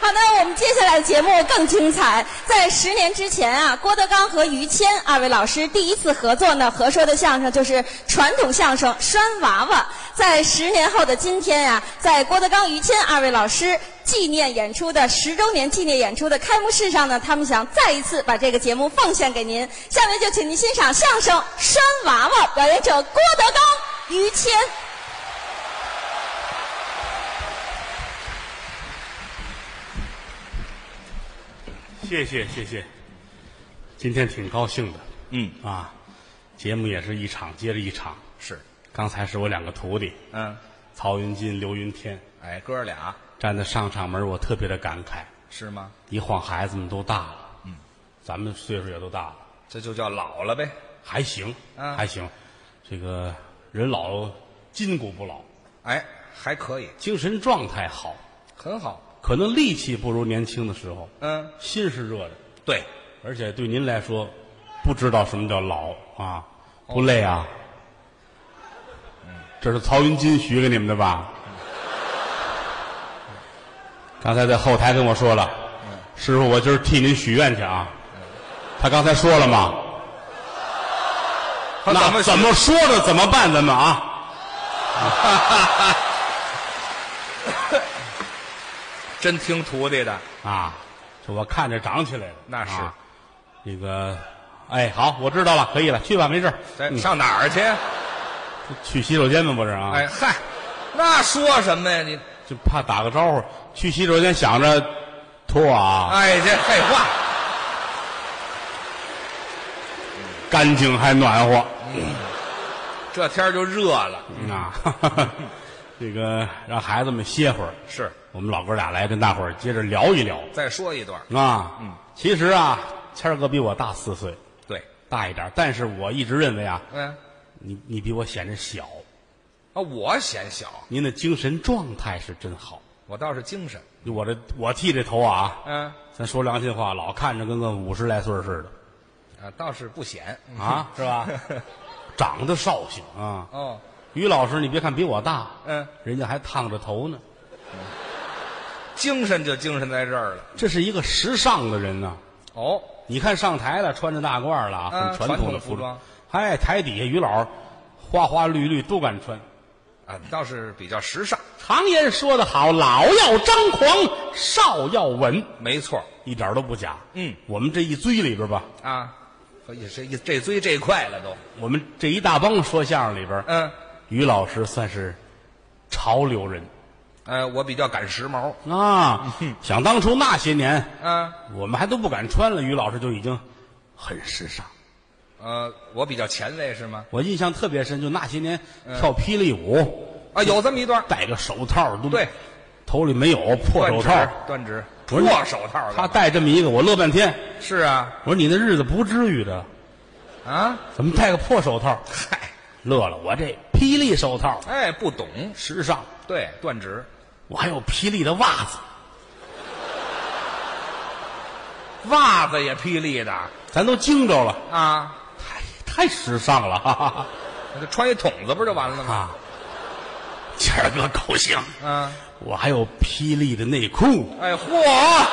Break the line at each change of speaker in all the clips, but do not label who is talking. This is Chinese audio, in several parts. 好的，我们接下来的节目更精彩。在十年之前啊，郭德纲和于谦二位老师第一次合作呢，合说的相声就是传统相声《拴娃娃》。在十年后的今天呀、在郭德纲、于谦二位老师纪念演出的十周年纪念演出的开幕式上呢，他们想再一次把这个节目奉献给您。下面就请您欣赏相声《拴娃娃》，表演者郭德纲、于谦。
谢谢谢谢，今天挺高兴的，
嗯，
啊，节目也是一场接着一场。
是，
刚才是我两个徒弟
嗯，
曹云金、刘云天
哎，哥俩
站在上场门，我特别的感慨。
是吗？
一晃孩子们都大了，嗯，咱们岁数也都大了，
这就叫老了呗。
还行，
啊
还行。这个人老筋骨不老，
哎，还可以，
精神状态好，
很好。
可能力气不如年轻的时候，
嗯，
心是热的，
对，
而且对您来说，不知道什么叫老啊，
哦
不累啊。嗯这是曹云金学给你们的吧？
嗯
刚才在后台跟我说了，师傅，我今儿替您许愿去啊。
嗯
他刚才说了吗？
那
那怎么说的？怎么办？咱们啊，
真听徒弟的？
啊，这我看着长起来了。
嗯那是
啊那个，哎，好，我知道了，可以了，去吧，没事儿。
这
嗯
哎上哪儿去？
去洗手间吧，不是啊？
哎嗨，那说什么呀你？
就怕打个招呼，去洗手间想着脱啊，
哎，这废话，
干净还暖和
这天儿就热了。
嗯啊。 这个让孩子们歇会儿，
是，
我们老哥俩来跟大伙儿接着聊一聊
再说一段。
啊。其实啊，谦儿哥比我大四岁，
对，
大一点儿，但是我一直认为啊，
嗯，
你你比我显着小，
啊，我显小，
您的精神状态是真好。
我倒是精神。
我这我剃这头啊，
嗯，
咱说良心话，老看着跟个五十来岁儿似的
啊，倒是不显。嗯
啊，是吧？长得绍兴啊，
哦，
于老师，你别看比我大，
嗯，
人家还烫着头呢。
精神就精神在这儿了。
这是一个时尚的人呐。
哦，
你看上台了，穿着大褂了啊，
嗯
很传统的
传统服装。
哎，台底下于老花花绿绿都敢穿。
啊，倒是比较时尚。
常言说得好，老要张狂，少要稳，
没错儿。
一点都不假。
嗯，
我们这一堆里边吧，
啊，所以这这追这快了都。
我们这一大帮说相声里边，
嗯，
于老师算是潮流人
呃，我比较赶时髦。嗯
啊。想当初那些年，
啊，
我们还都不敢穿了，于老师就已经很时尚。
呃，我比较前卫是吗？
我印象特别深，就那些年
嗯
跳霹雳舞，
啊，有这么一段
戴个手套都
对，
头里没有破手套，
断指，
我说
断
你
指破手套的。
他戴这么一个，我乐半天。
是啊
我说你那日子不至于的，
啊，
怎么戴个破手套？
嗨，
乐了，我这霹雳手套
哎，不懂，
时尚，
对，断指，
我还有霹雳的袜子，
袜子也霹雳的
咱都惊着了，
啊，
太太时尚了，哈哈哈
那就穿一筒子不就完了吗？
啊！谦儿哥高兴，
啊，
我还有霹雳的内裤，
哎，嚯！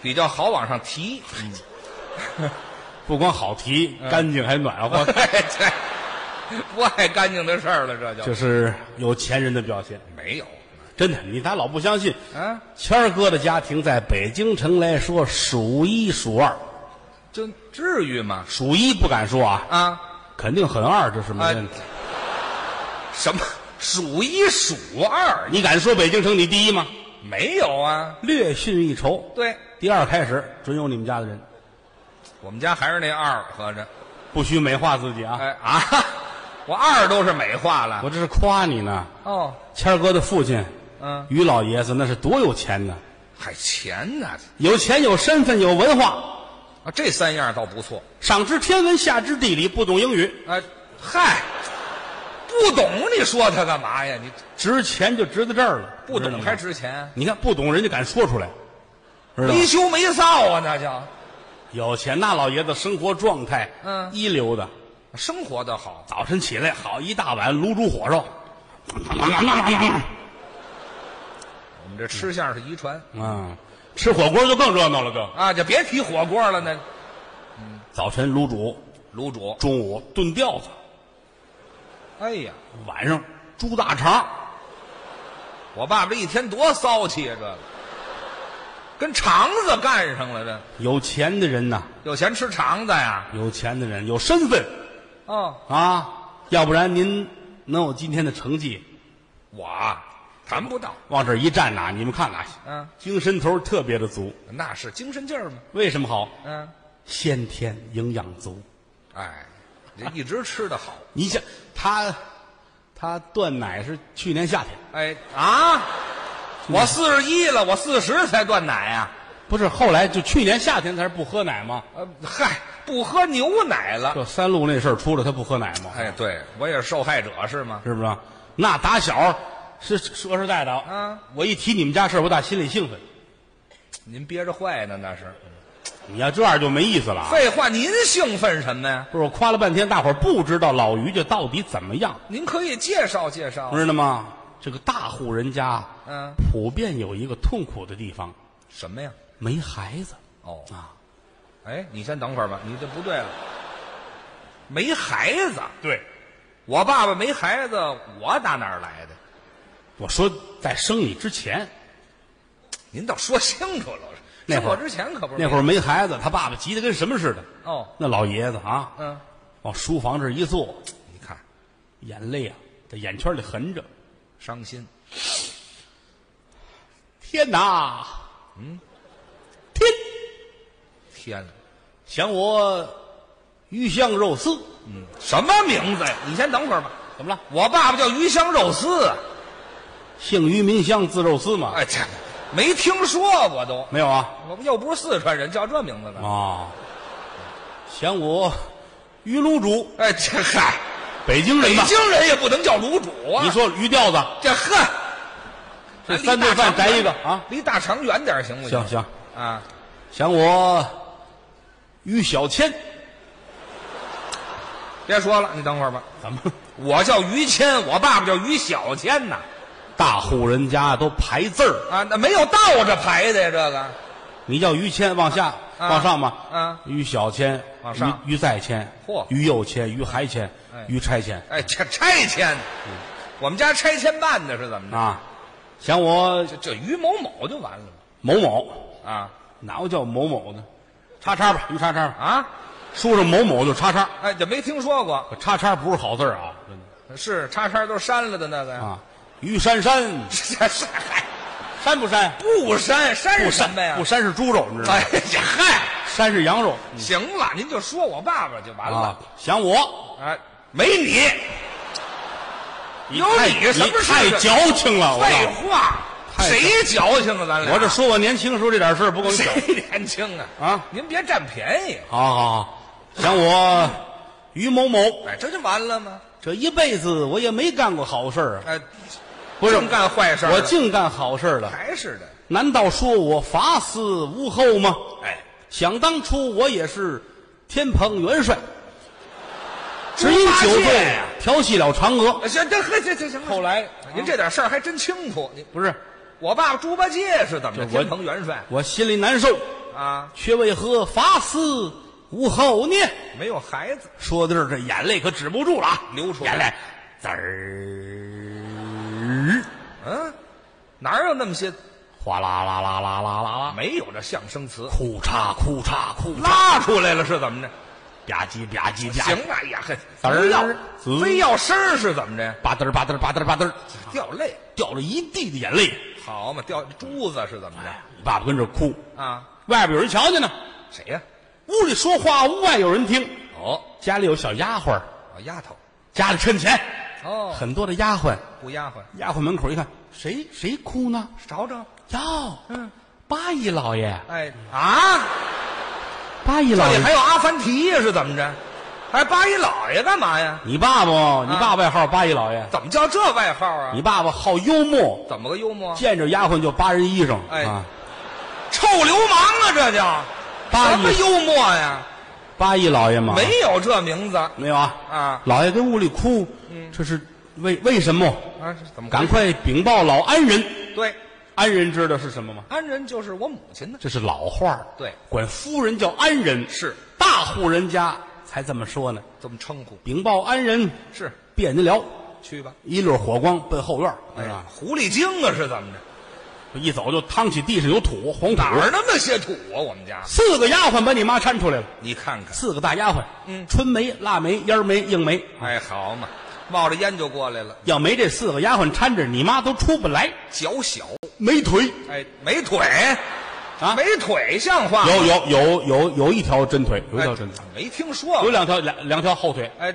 比较好往上 提，
不光好提，干净还暖和，
哎，这 不爱干净的事儿了，这就
这是有钱人的表现。
没有
真的，你咱老不相信。
啊，
谦儿哥的家庭在北京城来说数一数二，
就至于吗？
数一不敢说啊，
啊，
肯定很二，这是没问题。
什么数一数二？
你敢说北京城你第一吗？
没有啊？
略逊一筹，
对，
第二开始准有你们家的人，
我们家还是那二，合着
不许美化自己啊！
哎啊， 我二都是美化了。
我这是夸你呢。
哦，
谦儿哥的父亲
嗯，
于老爷子那是多有钱呢，
还钱呢？
有钱有身份有文化，
啊，这三样倒不错。
上知天文下知地理，不懂英语，
哎，嗨，不懂你说他干嘛呀？你
值钱就值在这儿了，
不
知道
懂
吗
还值钱？
你看不懂人家敢说出来，知道吗
没？羞没臊啊，那叫
有钱那老爷子生活状态，
嗯
一流的。
生活的好。嗯
早晨起来好一大碗卤煮火烧，
们这吃相是遗传
啊，吃火锅就更热闹了，就
啊，就别提火锅了，那
早晨卤煮，
卤煮，
中午炖吊子，
哎呀，
晚上猪大肠，
我爸爸这一天多骚气啊，这个跟肠子干上了，这
有钱的人呐，
有钱吃肠子呀？
有钱的人有身份
哦，
啊，要不然您能有今天的成绩？
我啊谈不到，
往这儿一站呐，你们看呐，
嗯，
精神头儿特别的足，
那是精神劲儿嘛，
为什么好？
嗯，
先天营养足。
哎，这一直吃的好，
你想他，他断奶是去年夏天，
哎啊，我四十一了，我四十才断奶呀、
不是后来就去年夏天他是不喝奶吗？
呃，嗨，不喝牛奶了。
这三鹿那事儿出了，他不喝奶吗？
哎，对我也是受害者是吗？
是不是？那打小是说实在的
嗯，
我一提你们家事儿，我打心里兴奋。
您憋着坏呢，那是。
你要这样就没意思了啊。
废话，您兴奋什么呀？
不是我夸了半天，大伙儿不知道老于家到底怎么样，
您可以介绍介绍。啊
知道吗？这个大户人家
嗯，
普遍有一个痛苦的地方，
什么呀？
没孩子
哦，
啊。
哎，你先等会儿吧，你这不对了。没孩子，
对，
我爸爸没孩子，我打哪儿来的？
我说在生你之前，
您倒说清楚了。
那会儿
生我之前可不是
那会儿没孩子，他爸爸急得跟什么似的。
哦，
那老爷子啊，
嗯，
往书房这一坐，
你看
眼泪啊在眼圈里横着。
伤心，
天哪，嗯，天，
天哪，
想我鱼香肉丝，
什么名字呀？你先等会儿吧。
怎么了？
我爸爸叫鱼香肉丝啊，
姓于名香，字肉丝嘛？
哎，这没听说过都。
没有啊？
我又不是四川人，叫这名字
啊、
干嘛？
想我于卤煮，
哎，这嗨，
北京
北
人吧？
京啊人也不能叫卤煮啊！
你说鱼吊子，
这哎呵，
这三顿饭摘一个啊？
离大肠远点儿行不
行行，
啊，
想我于小谦，
别说了，你等会儿吧。
怎么了？
我叫于谦，我爸爸叫于小谦呐。
大户人家都排字儿，
啊，那没有倒着排的呀，这个
你叫于谦往下、
啊
往上嘛？
啊
于小谦
往上
于于再谦，
嚯
于右谦，于还谦
哎，
于拆谦
哎，这拆迁，
嗯
我们家拆迁办的是怎么着？
啊，想我
这这于某某就完了嘛
某某，
啊
哪有叫某某的？叉叉吧，于叉叉吧，
啊！
书上某某就叉叉，
哎，这没听说过，
可叉叉不是好字儿啊，
嗯
真的
是叉叉都删了的那个呀。
啊，于珊珊
这是嗨，
删不删？
不删删
不
是
删
什么呀？
不删是猪肉，你知道吗
哎？呀，嗨，
山是羊肉
行了，您就说我爸爸就完
啊
了。！
想我，
哎，没你，有
太
你什么事儿
太
啊
矫情了，我
废
告
话，
太
谁矫情啊？
诉
咱俩
你我这说我年轻时候这点事儿不够你 矫情。
谁年轻啊？
啊
您别占便宜，
好好好，想我于某某，
哎，这就完了吗？
这一辈子我也没干过好事儿啊，
哎，
不是
净干坏事儿了，
我净干好事儿了。
还是的，
难道说我乏死无后吗？
哎，
想当初我也是天蓬元帅，
猪
只因
八
酒
戒
醉
呀哎
调戏了嫦娥。
行，这呵，这这行了。
后来
您这点事儿还真清楚，您
不是
我爸爸猪八戒是怎么着？
这我
天蓬元帅
我心里难受，
啊，
却为何乏死无后呢？
没有孩子，
说到这儿，这眼泪可止不住了啊，
流出来
眼泪滋儿，
嗯，哪有那么些？
哗啦啦啦啦啦啦啦，
没有这相声词，
哭嚓哭嚓哭嚓，
拉出来了是怎么着？
吧唧吧唧吧
行
唧，
了，哎呀，嘿，
嘚儿
非
滋
要非要声儿是怎么着？
吧嘚儿吧嘚儿吧嘚儿吧嘚儿，
掉泪，
掉了一地的眼泪。
好嘛，掉珠子是怎么
哎
着？
你爸爸跟这儿哭，
啊，
外边有人瞧见呢，
谁呀、
屋里说话，屋外有人听，
哦，
家里有小丫鬟，
啊，丫头，
家里趁钱，
哦，
很多的丫鬟，
不丫鬟，
丫鬟门口一看，谁谁哭呢？
找找，
哟，
嗯，
八姨老爷，
哎
嗯
啊，
八姨
这
老爷
里还有阿凡提呀，是怎么着？还八一老爷干嘛呀？
你爸
啊
爸，你爸爸外号八姨老爷，
怎么叫这外号啊？
你爸爸好幽默，
怎么个幽默？
见着丫鬟就扒人衣裳，
哎
啊，
臭流氓啊，这叫
八一啊
什么幽默呀？
八姨老爷嘛，
哎没有这名字
没有啊，
啊嗯
老爷跟屋里哭，这是为为什么？
啊，是怎么回
赶
事？
快禀报老安人，
对，
安仁知道是什么吗？
安仁就是我母亲呢。
这是老话儿
对
管夫人叫安仁，
是
大户人家才这么说呢。
这么称呼
禀报安仁，
是
便得了，
去吧？
一溜火光奔后院儿，哎
哎
呀
呀，，狐狸精啊，是怎么着？
一走就趟起地上有土，黄土
哪儿那么些土啊？我们家
四个丫鬟把你妈搀出来了，
你看看，
四个大丫鬟，
嗯
春梅、腊梅、烟梅、硬梅，
哎，好嘛，冒着烟就过来了，
要没这四个丫鬟搀着，你妈都出不来，
脚小，
没腿
哎，没腿，
啊，
没腿像话吗？
有有有有有一条真腿，有一条真腿
哎，没听说
有
过。
两条两两条后腿，
哎，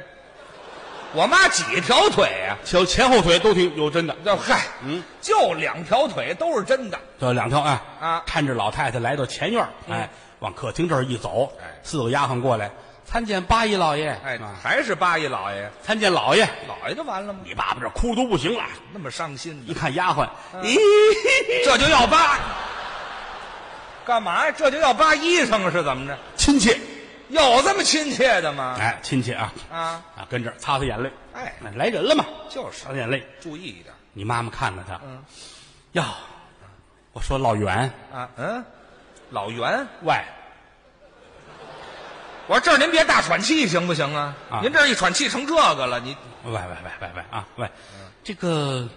我妈几条腿呀、
前前后腿都挺有真的，
这嗨，
嗯，
就两条腿都是真的。
这两条哎
啊嗯
搀着老太太来到前院儿，哎，往客厅这儿一走
哎，
四个丫鬟过来参见八姨老爷，
哎，
啊
还是八姨老爷，
参见老爷，
老爷就完了吗？
你爸爸这哭都不行了，
那么伤心
一
呢，
看丫鬟，
嗯
咦，
这就要扒，干嘛呀？这就要扒衣裳是怎么着？
亲切，
有这么亲切的吗？
哎，亲切啊
啊，
啊，跟这儿擦擦眼泪，
嗯哎
来人了嘛，
就是
擦擦眼泪，
注意一点
你妈妈看看他，
嗯，
哟，我说老袁，
啊，嗯，老袁，
喂，
我说这儿您别大喘气行不行啊？
啊
您这儿一喘气成这个了，你
喂喂喂喂喂啊喂，这个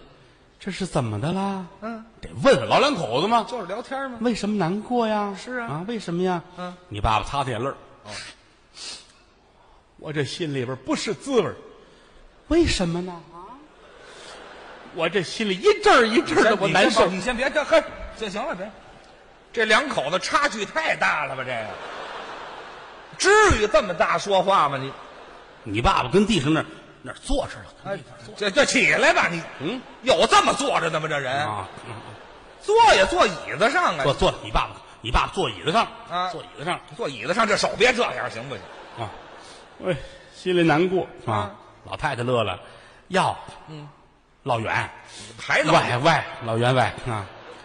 这是怎么的啦？
嗯，
得问问老两口子吗？
就是聊天嘛。
为什么难过呀？
是啊
啊，为什么呀？
嗯，哦
你爸爸擦擦眼泪儿，我这心里边不是滋味儿为什么呢？啊，我这心里一阵儿一阵儿的，我
你先
难受
你。先别这，嘿，这行了，别，这两口子差距太大了吧？这个，至于这么大说话吗？你，
你爸爸跟地上那儿那儿坐着了，
哎，这这起来吧，你
嗯
有这么坐着的吗？这人、
啊，嗯
坐也坐椅子上啊
坐，坐，你爸爸你爸爸坐椅子上，
啊
坐椅子上
坐椅子上，这手别这样，行不行？
啊，喂，心里难过啊
啊。
老太太乐了，哟，嗯，老袁，
还
喂
老袁
喂，老袁喂啊，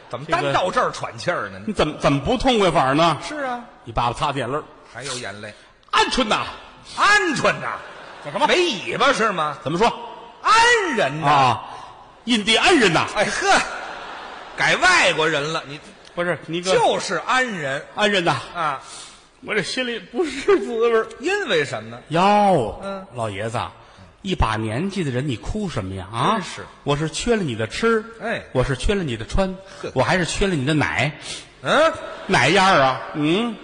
怎么
这个
单到这儿喘气儿呢？
你怎么怎么不痛快法儿呢？
是啊，
你爸爸擦擦眼泪儿，
还有眼泪。
鹌鹑呐，
鹌鹑呐，
叫什么
没尾巴是吗？
怎么说
安人呐，
啊？印第安人呐，
哎呵，改外国人了，你
不是你个
就是安人
安人呐，
啊？
我这心里不是滋味儿。
因为什么？
哟，
嗯
老爷子啊，一把年纪的人，你哭什么呀？啊，
真是，
我是缺了你的吃，
哎
我是缺了你的穿
呵，
我还是缺了你的奶，
嗯，
哪样儿啊？嗯，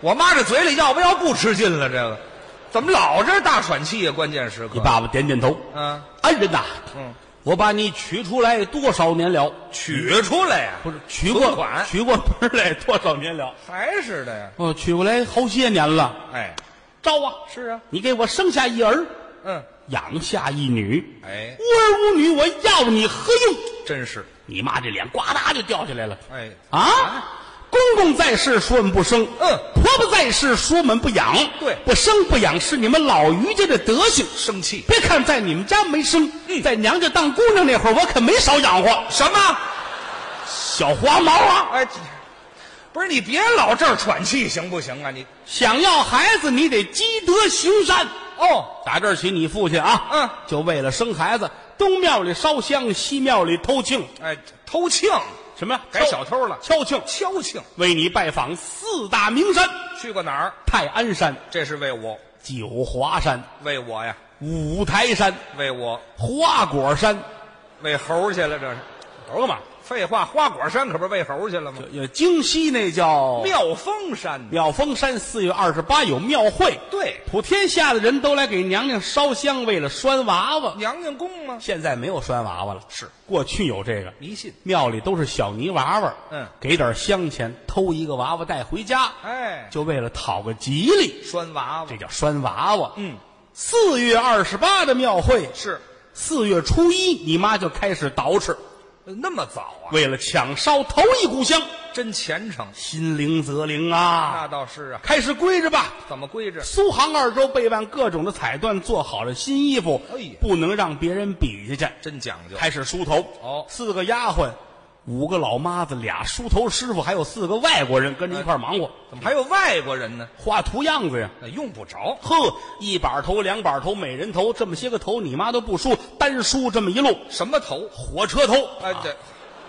我妈这嘴里要不要不吃劲了？这个怎么老这大喘气呀、关键时
你
刻，
爸爸点点头，
嗯
安人呐，
嗯，
我把你取出来多少年了？
取出来呀、
不是取
存
过
款
取过门儿来多少年了？
还是的呀？
哦，取过来好些年了。
哎，
招啊，
是啊，
你给我生下一儿，
嗯，
养下一女，
哎
无，儿无女，我要你何用？
真是，
你妈这脸呱嗒就掉下来了。
哎，
啊！公公在世，说我们不生；
嗯
婆婆在世，说我们不养。
对
不生不养是你们老于家的德行。
生气
别看在你们家没生，在娘家当姑娘那会儿，我可没少养活
什么？
小黄毛啊！
哎，不是你别老这儿喘气行不行啊？你
想要孩子，你得积德行善。
哦，
打这儿起，你父亲啊，
嗯
就为了生孩子，东庙里烧香，西庙里偷庆，
哎，偷庆
什么呀
改小偷了
敲庆，
敲庆
为你拜访四大名山：
去过哪儿？
泰安山、
这是为我，
九华山、
为我呀，
五台山。
为我，
花果山，
为猴去了。这是
猴干嘛？
废话，花果山可不是为猴去了吗？
有呃京西那叫
妙峰山呢，
妙峰山，四月二十八有庙会，
对，
普天下的人都来给娘娘烧香，为了拴娃娃。
娘娘宫吗？
现在没有拴娃娃了，
是
过去有这个，
迷信，
庙里都是小泥娃娃，
嗯
给点香钱，偷一个娃娃带回家，
哎，
就为了讨个吉利，
拴娃
这
娃，
叫拴娃娃。
嗯，
四月二十八的庙会，
是
四月初一，你妈就开始捯饬，
那么早啊，
为了抢烧头一股香，
真虔诚。
心灵则灵
那
啊！
倒是啊，
开始归置吧。
怎么规制？
苏杭二州备办各种的彩缎，做好了新衣服
哎呀，
不能让别人比下去。
真讲究。
开始梳头，
哦
四个丫鬟，五个老妈子，俩梳头师傅，还有四个外国人跟着一块儿忙活，
怎么还有外国人呢？
画图样子呀。
那用不着，
呵，一板头、两板头、美人头，这么些个头，你妈都不梳，单梳这么一路，
什么头？
火车头，啊
哎，这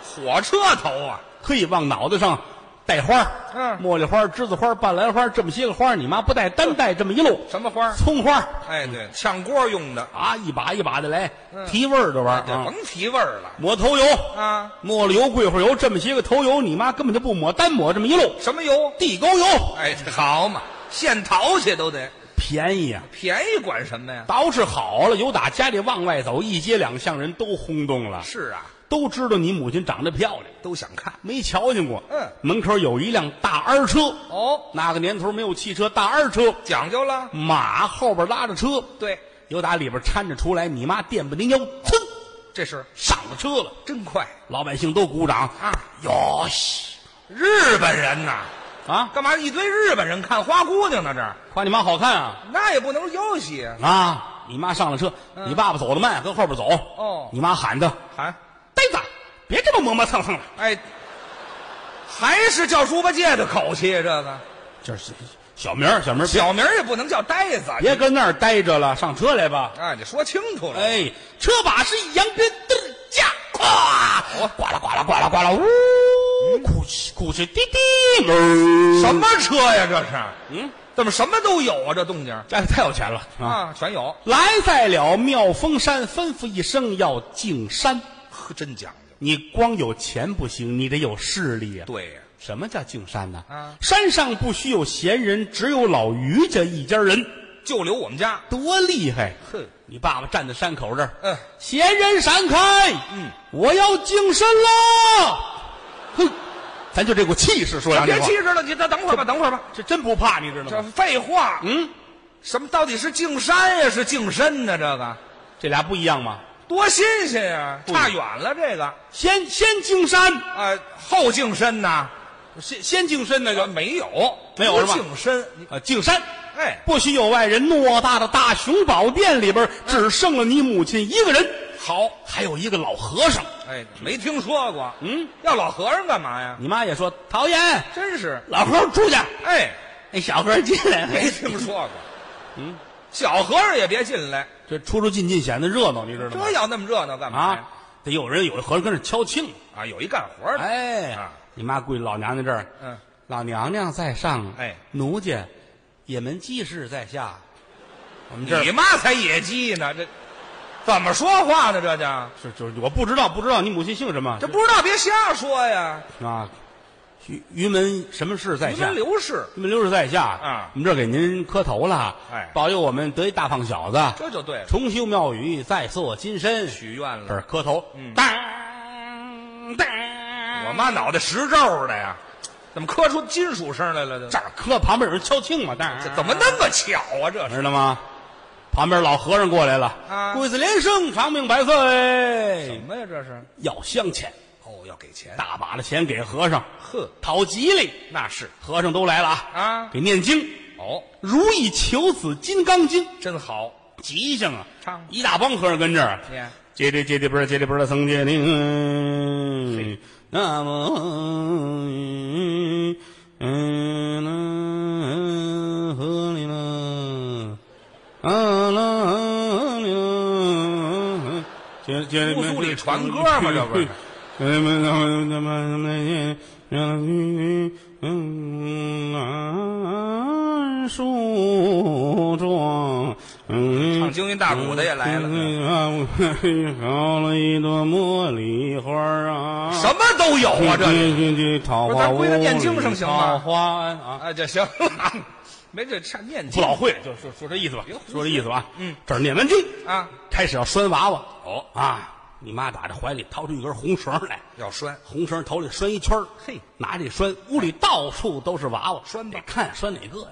火车头啊，
可以往脑袋上带花儿
嗯
茉莉花、栀子花、半兰花，这么些个花儿你妈不带，单带这么一路，
什么花儿？
葱花儿
哎，对，炝锅用的，
啊，一把一把的来，提味儿这玩意
这
儿啊，
甭提味儿了
抹头油，
啊。
茉莉油、桂花油，这么些个头油，你妈根本就不抹，单抹这么一路，
什么油？
地沟油
哎，这好嘛，现淘去都得
便宜啊，
便宜，管什么呀？
捯饬好了，由打家里往外走，一街两巷人都轰动了，
是啊，
都知道你母亲长得漂亮，
都想看
没瞧见过。
嗯
门口有一辆大二车，
哦，
那个年头没有汽车，大二车，
讲究了。
马后边拉着车，
对，
由打里边搀着出来，你妈垫吧您腰，噌
这是
上了车了，
真快。
老百姓都鼓掌
啊！
哟西
日本人呐，
啊，
干嘛一堆日本人看花姑娘呢？这儿
夸你妈好看啊
那也不能休息啊。
啊！你妈上了车，你爸爸走得慢，跟后边走。
哦
你妈喊他
喊，
呆子，别这么磨磨蹭蹭了，
哎，还是叫猪八戒的口气，这个
这是小名儿小名儿，别
小名儿也不能叫呆子。
别跟那儿待着了，上车来吧。
啊，你说清楚了。
哎，车把是一扬鞭，嘚儿驾，咵，呱啦呱啦呱啦呱啦，呜，哭哧哭哧，滴滴，哞
什？么车呀？这是？
嗯，
怎么什么都有啊？这动静
哎，太有钱了啊！
啊，全有，
来在了妙峰山，吩咐一声要进山。
呵，真讲究。
你光有钱不行，你得有势力啊。，
对呀，
什么叫进山呢？
啊
山上不须有闲人，只有老于家一家人，
就留我们家。
多厉害！
哼，
你爸爸站在山口这儿，
嗯，
闲人闪开，
嗯，
我要净身了，哼，咱就这股气势说两句
别
话
气，着了，你再等会儿吧，等会儿吧。
这真不怕，你知道
这
吗？
废话，
嗯，
什么到底是净山呀，是净身呢？这个
这俩不一样嘛，
多新鲜呀，
不
差远了。这个
先先净山，
啊，后净身呐，
先先净身那
这
个
个没有，
没有是吧
多净身，你
呃净山，
哎，
不许有外人。偌大的大雄宝殿里
嗯
边，只剩了你母亲一个人，好，还有一个老和尚。
哎，没听说过。
嗯，
要老和尚干嘛呀？
你妈也说讨厌，
真是，
老和尚出去，
哎，
那小和尚进来。
没听说过。嗯，小和尚也别进来，
这出出进进显得热闹，你知道吗
这？要那么热闹干嘛
啊
呀？，
得有人有和尚跟着敲磬。
啊，有一干活的，
哎
啊，
你妈跪老娘娘这儿，
嗯，
老娘娘在上，
哎
奴家，也门鸡士在下。我们这
你
儿
妈才野鸡呢，这怎么说话呢？这叫
是就是我不知道，不知道你母亲姓什么？
这不知道，别瞎说呀。
啊，于于门什么事在
你
下？
们刘氏，
于门刘氏在下
啊
我们这儿给您磕头了，
哎
保佑我们得一大胖小子，
这就对了，
重修庙宇，再塑金身。
许愿
这
了。
儿磕头，
嗯
当当，
我妈脑袋实皱的呀，怎么磕出金属声来了？
这
这
儿磕，旁边有人敲磬嘛，当
这怎么那么巧啊？这是
知道吗？旁边老和尚过来了，
啊
跪子连声，长命百岁，
么呀？这是
要香钱，
哦，要给钱。
大把的钱给和尚，
呵，
讨吉利。
那是
和尚都来了啊，
啊
给念经，《
哦，
如意求子金刚经》，
真好。
吉祥啊！
唱
一大帮和尚跟这儿，啊
念
接的接的不是接的不是僧接灵，那么嗯那和里呢，啊啦呢，接接
乌苏里传歌嘛这不是？
嗯嗯嗯嗯嗯嗯，兰树庄，嗯，
唱京韵大鼓的也来了
嗯好了一朵茉莉花儿啊，
什么都有啊，这里
这这这桃
不是
花
咱
坞
归他念
里
经上行吗
桃花庵啊，
啊，这行了，没这差念
不
经
老会，就说说这意思吧，说这意思吧。
嗯，
这儿念完经，
啊，
开始要拴娃娃
哦
啊，你妈打这怀里掏出一根红绳来，
要拴。
红绳头里拴一圈儿
嘿，
拿这拴，屋里到处都是娃娃，
拴吧
得看拴哪个呀？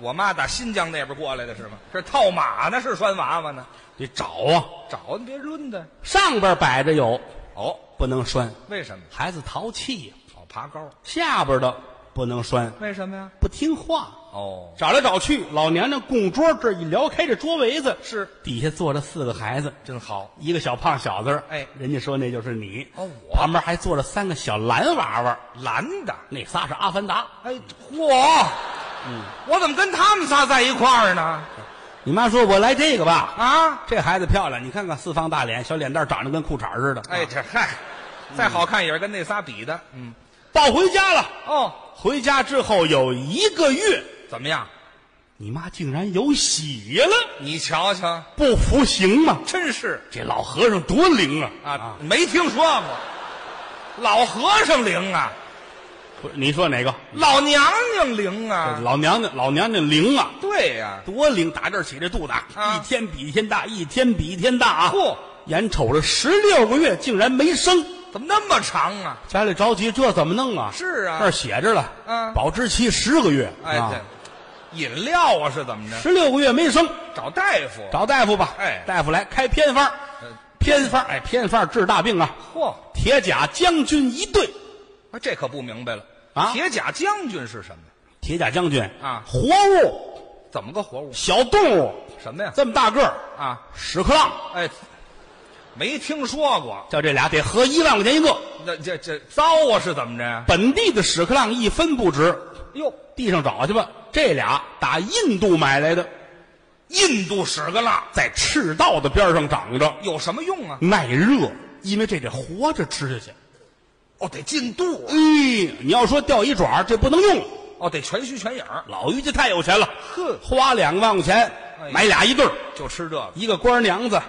我妈打新疆那边过来的是吗？这套马呢，是拴娃娃呢？
得找啊，
找你别抡的。
上边摆着有，
哦，
不能拴，
为什么？
孩子淘气呀；
哦，爬高。
下边的不能拴，
为什么呀？
不听话。
哦，
找来找去，老娘娘供桌这一撩开这桌围子，
是
底下坐着四个孩子，
真好。
一个小胖小子儿，
哎
人家说那就是你。
哦我
旁边还坐着三个小蓝娃娃，
蓝的。
那仨是阿凡达。
哎，嚯！嗯，我怎么跟他们仨在一块儿呢？
你妈说我来这个吧，
啊！
这孩子漂亮，你看看四方大脸，小脸蛋长得跟裤衩似的。
哎，
啊，
这嗨，再好看也是跟那仨比的。嗯，
抱回家了。
哦，
回家之后有一个月，
怎么样？
你妈竟然有喜了，
你瞧瞧，
不服行吗？
真是
这老和尚多灵啊！
啊，，没听说过，老和尚灵啊，
不是你说哪个？
老娘娘灵啊，
老娘娘，老娘娘灵啊，
对呀、
多灵！打这儿起这肚子啊，
啊
一天比一天大，一天比一天大啊！
嚯，
眼瞅着十六个月竟然没生，
怎么那么长啊？
家里着急，这怎么弄啊？
是啊
那儿写着了，
嗯
保质期十个月，
哎，
啊
这、饮料啊是怎么着？
十六个月没生，
找大夫。
找大夫吧。
哎
大夫来开偏方儿
嗯，
偏方儿哎，偏方儿治大病啊！
嚯，哎
铁甲将军一对，
这可不明白了
啊
铁甲将军是什么？
铁甲将军
啊
活物、
怎么个活物？
小动物，
什么呀？
这么大个儿，
啊，
屎壳郎，
哎，没听说过。
叫这俩得合一万块钱一个。
那这这糟啊是怎么着呀？
本地的屎壳郎一分不值，
哟，
地上找去吧。这俩打印度买来的，啊
印度屎个浪
在赤道的边上长着，
有什么用啊？
耐热，因为这得活着吃下去。
哦，得进肚啊，
哎，你要说掉一爪，这不能用。
哦，得全须全影儿，
老于家太有钱了，
哼
花两万块钱
哎
买俩一对儿，
就吃这个，
一个官儿娘子，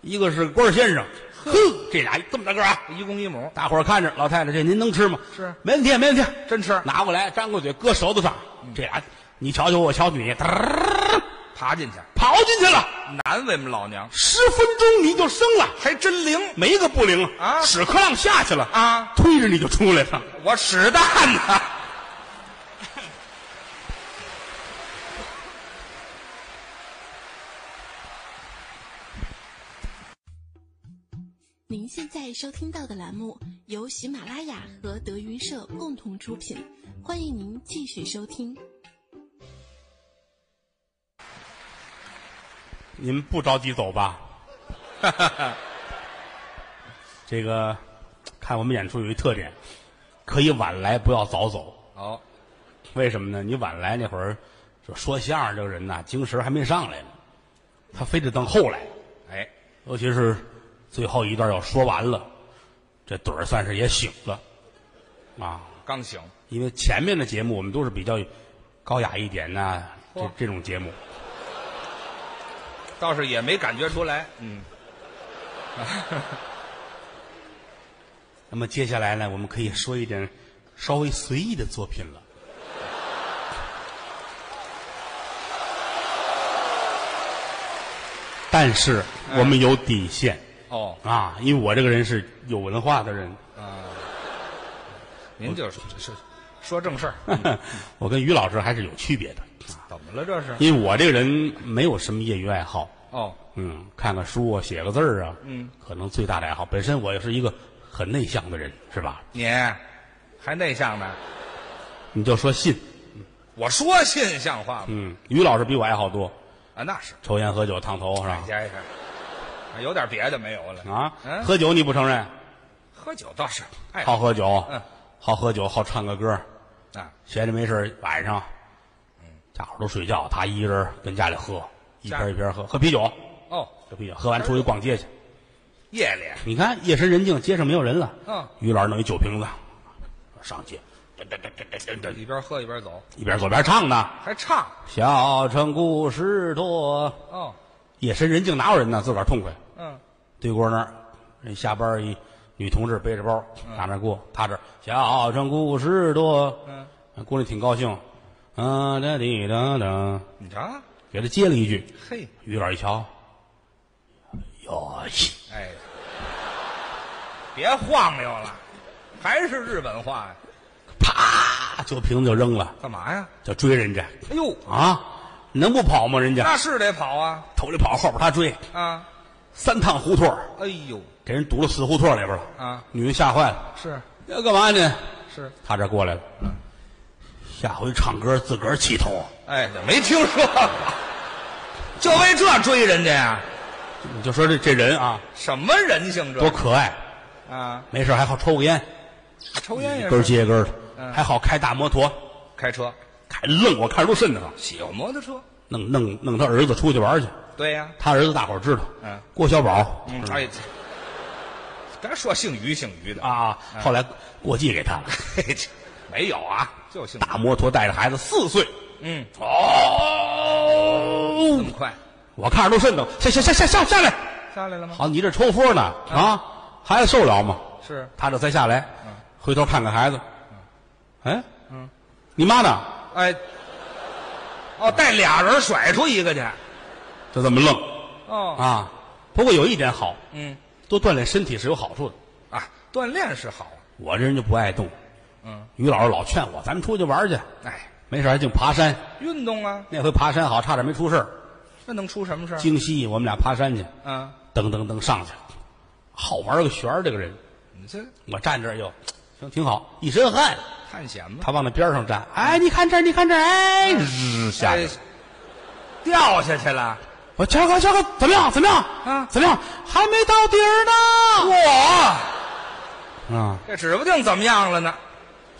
一个是官儿先生。哼，这俩这么大个儿啊！
一公一母，
大伙儿看着，老太太这您能吃吗？
是
没问题，没问题，
真吃
拿过来，张过嘴，搁舌头上，
嗯
这俩你瞧瞧我，我瞧瞧你，嘚儿
爬进去，
跑进去了，
难为我们老娘，
十分钟你就生了，
还真灵。
没一个不灵
啊
屎壳郎下去了
啊，
推着你就出来 了，
我屎蛋呢？
您现在收听到的栏目由喜马拉雅和德云社共同出品，欢迎您继续收听。
你们不着急走吧？ 这个看我们演出有一特点，可以晚来，不要早走。
哦，
为什么呢？你晚来那会儿，就说相声这个人呐，精神还没上来呢，他非得等后来，
哎，
尤其是最后一段要说完了，这盹儿算是也醒了啊。
刚醒，
因为前面的节目我们都是比较高雅一点呐、这
嚯
这种节目，
倒是也没感觉出来。嗯，
那么接下来呢，我们可以说一点稍微随意的作品了。但是我们有底线
哦，
啊，因为我这个人是有文化的人，
您就是是说正事儿，嗯
我跟于老师还是有区别的，
怎么了这是？
因为我这个人没有什么业余爱好，
哦，
嗯，看看书啊，写个字儿啊，
嗯，
可能最大的爱好。本身我也是一个很内向的人，是吧？
你还内向呢？
你就说信，
我说信像话吗？
嗯，于老师比我爱好多，
啊，那是，
抽烟、喝酒、烫头是吧？
加一下，啊有点别的没有了。
啊，
嗯
喝酒你不承认？
喝酒倒是，哎，
好喝酒
嗯，
好喝酒，好唱个歌，
啊，
闲着没事儿晚上，大伙儿都睡觉，他一个人跟家里喝，一
嗯家
瓶一瓶喝，喝啤酒，
哦，
喝啤酒，喝完出去逛街去。
夜里
你看夜深人静，街上没有人了，
嗯，
于老师弄一酒瓶子，上街，噔噔噔噔噔噔噔，
一边喝一边走，
一边走边唱呢。
还唱
小城故事多，
哦，
夜深人静哪有人呢？自个儿痛快。
嗯，
对过那儿，人下班一女同志背着包打那儿过，他这儿小城故事多，
嗯，
姑娘挺高兴，啊哒滴哒哒，
你瞧，
给他接了一句。嗯
嘿，
于老一瞧，哟西，
哎，别晃悠了，还是日本话呀？
啪，酒瓶子就扔了，
干嘛呀？
就追人家
哎呦，
啊，能不跑吗？人家
那是得跑啊
头里跑，后边他追，
啊！
三趟胡同儿，
哎呦，
给人堵到死胡同里边了
啊
女的吓坏了。
是
要干嘛
嗯
呢？
是，
他这过来了，下回唱歌自个儿起头，
哎，没听说 过，就为这追人家呀？
你就说这这人啊，
什么人性
多
这
可爱，
啊？
没事儿还好抽个烟，
抽烟也
根儿
是
接一根儿的，
嗯
还好开大摩托，
开车，
开愣我看着都瘆得慌。
喜欢摩托车，
弄弄弄他儿子出去玩去。
对呀、
他儿子大伙儿知道，
嗯
郭小宝，
嗯
知，道
哎，这咱说姓于姓于的，
啊，后来过继给他了，
嘿这 没有啊，就姓于
大摩托带着孩子四岁，
嗯，这
哦
么，快
我看着都瘆得慌，下下下下下下来，
下来了吗？
好，你这抽风呢啊，孩子受了吗？
是
他这才下来，回头看看孩子，哎，嗯，你妈呢？
哎，哦，带俩人甩出一个去，
就这么愣
哦，
啊。不过有一点好，
嗯
多锻炼身体是有好处的。
啊，锻炼是好，
我这人就不爱动，
嗯，
于老师老劝我，咱们出去玩去，
哎，
没事还净爬山。
运动啊，
那回爬山好，差点没出事儿。
那能出什么事儿？
京西我们俩爬山去，
啊，
噔噔噔上去了，好玩个旋儿。这个人，
你这
我站这儿哟，行挺好，一身汗。
探险吗？
他往那边上站，哎，你看这儿，你看这儿，哎，日下去
哎
了。
掉下去了，
我瞧瞧瞧瞧，怎么样？怎么样？
啊
怎么样？还没到底儿
哇，
呢。啊，
这指不定怎么样了呢，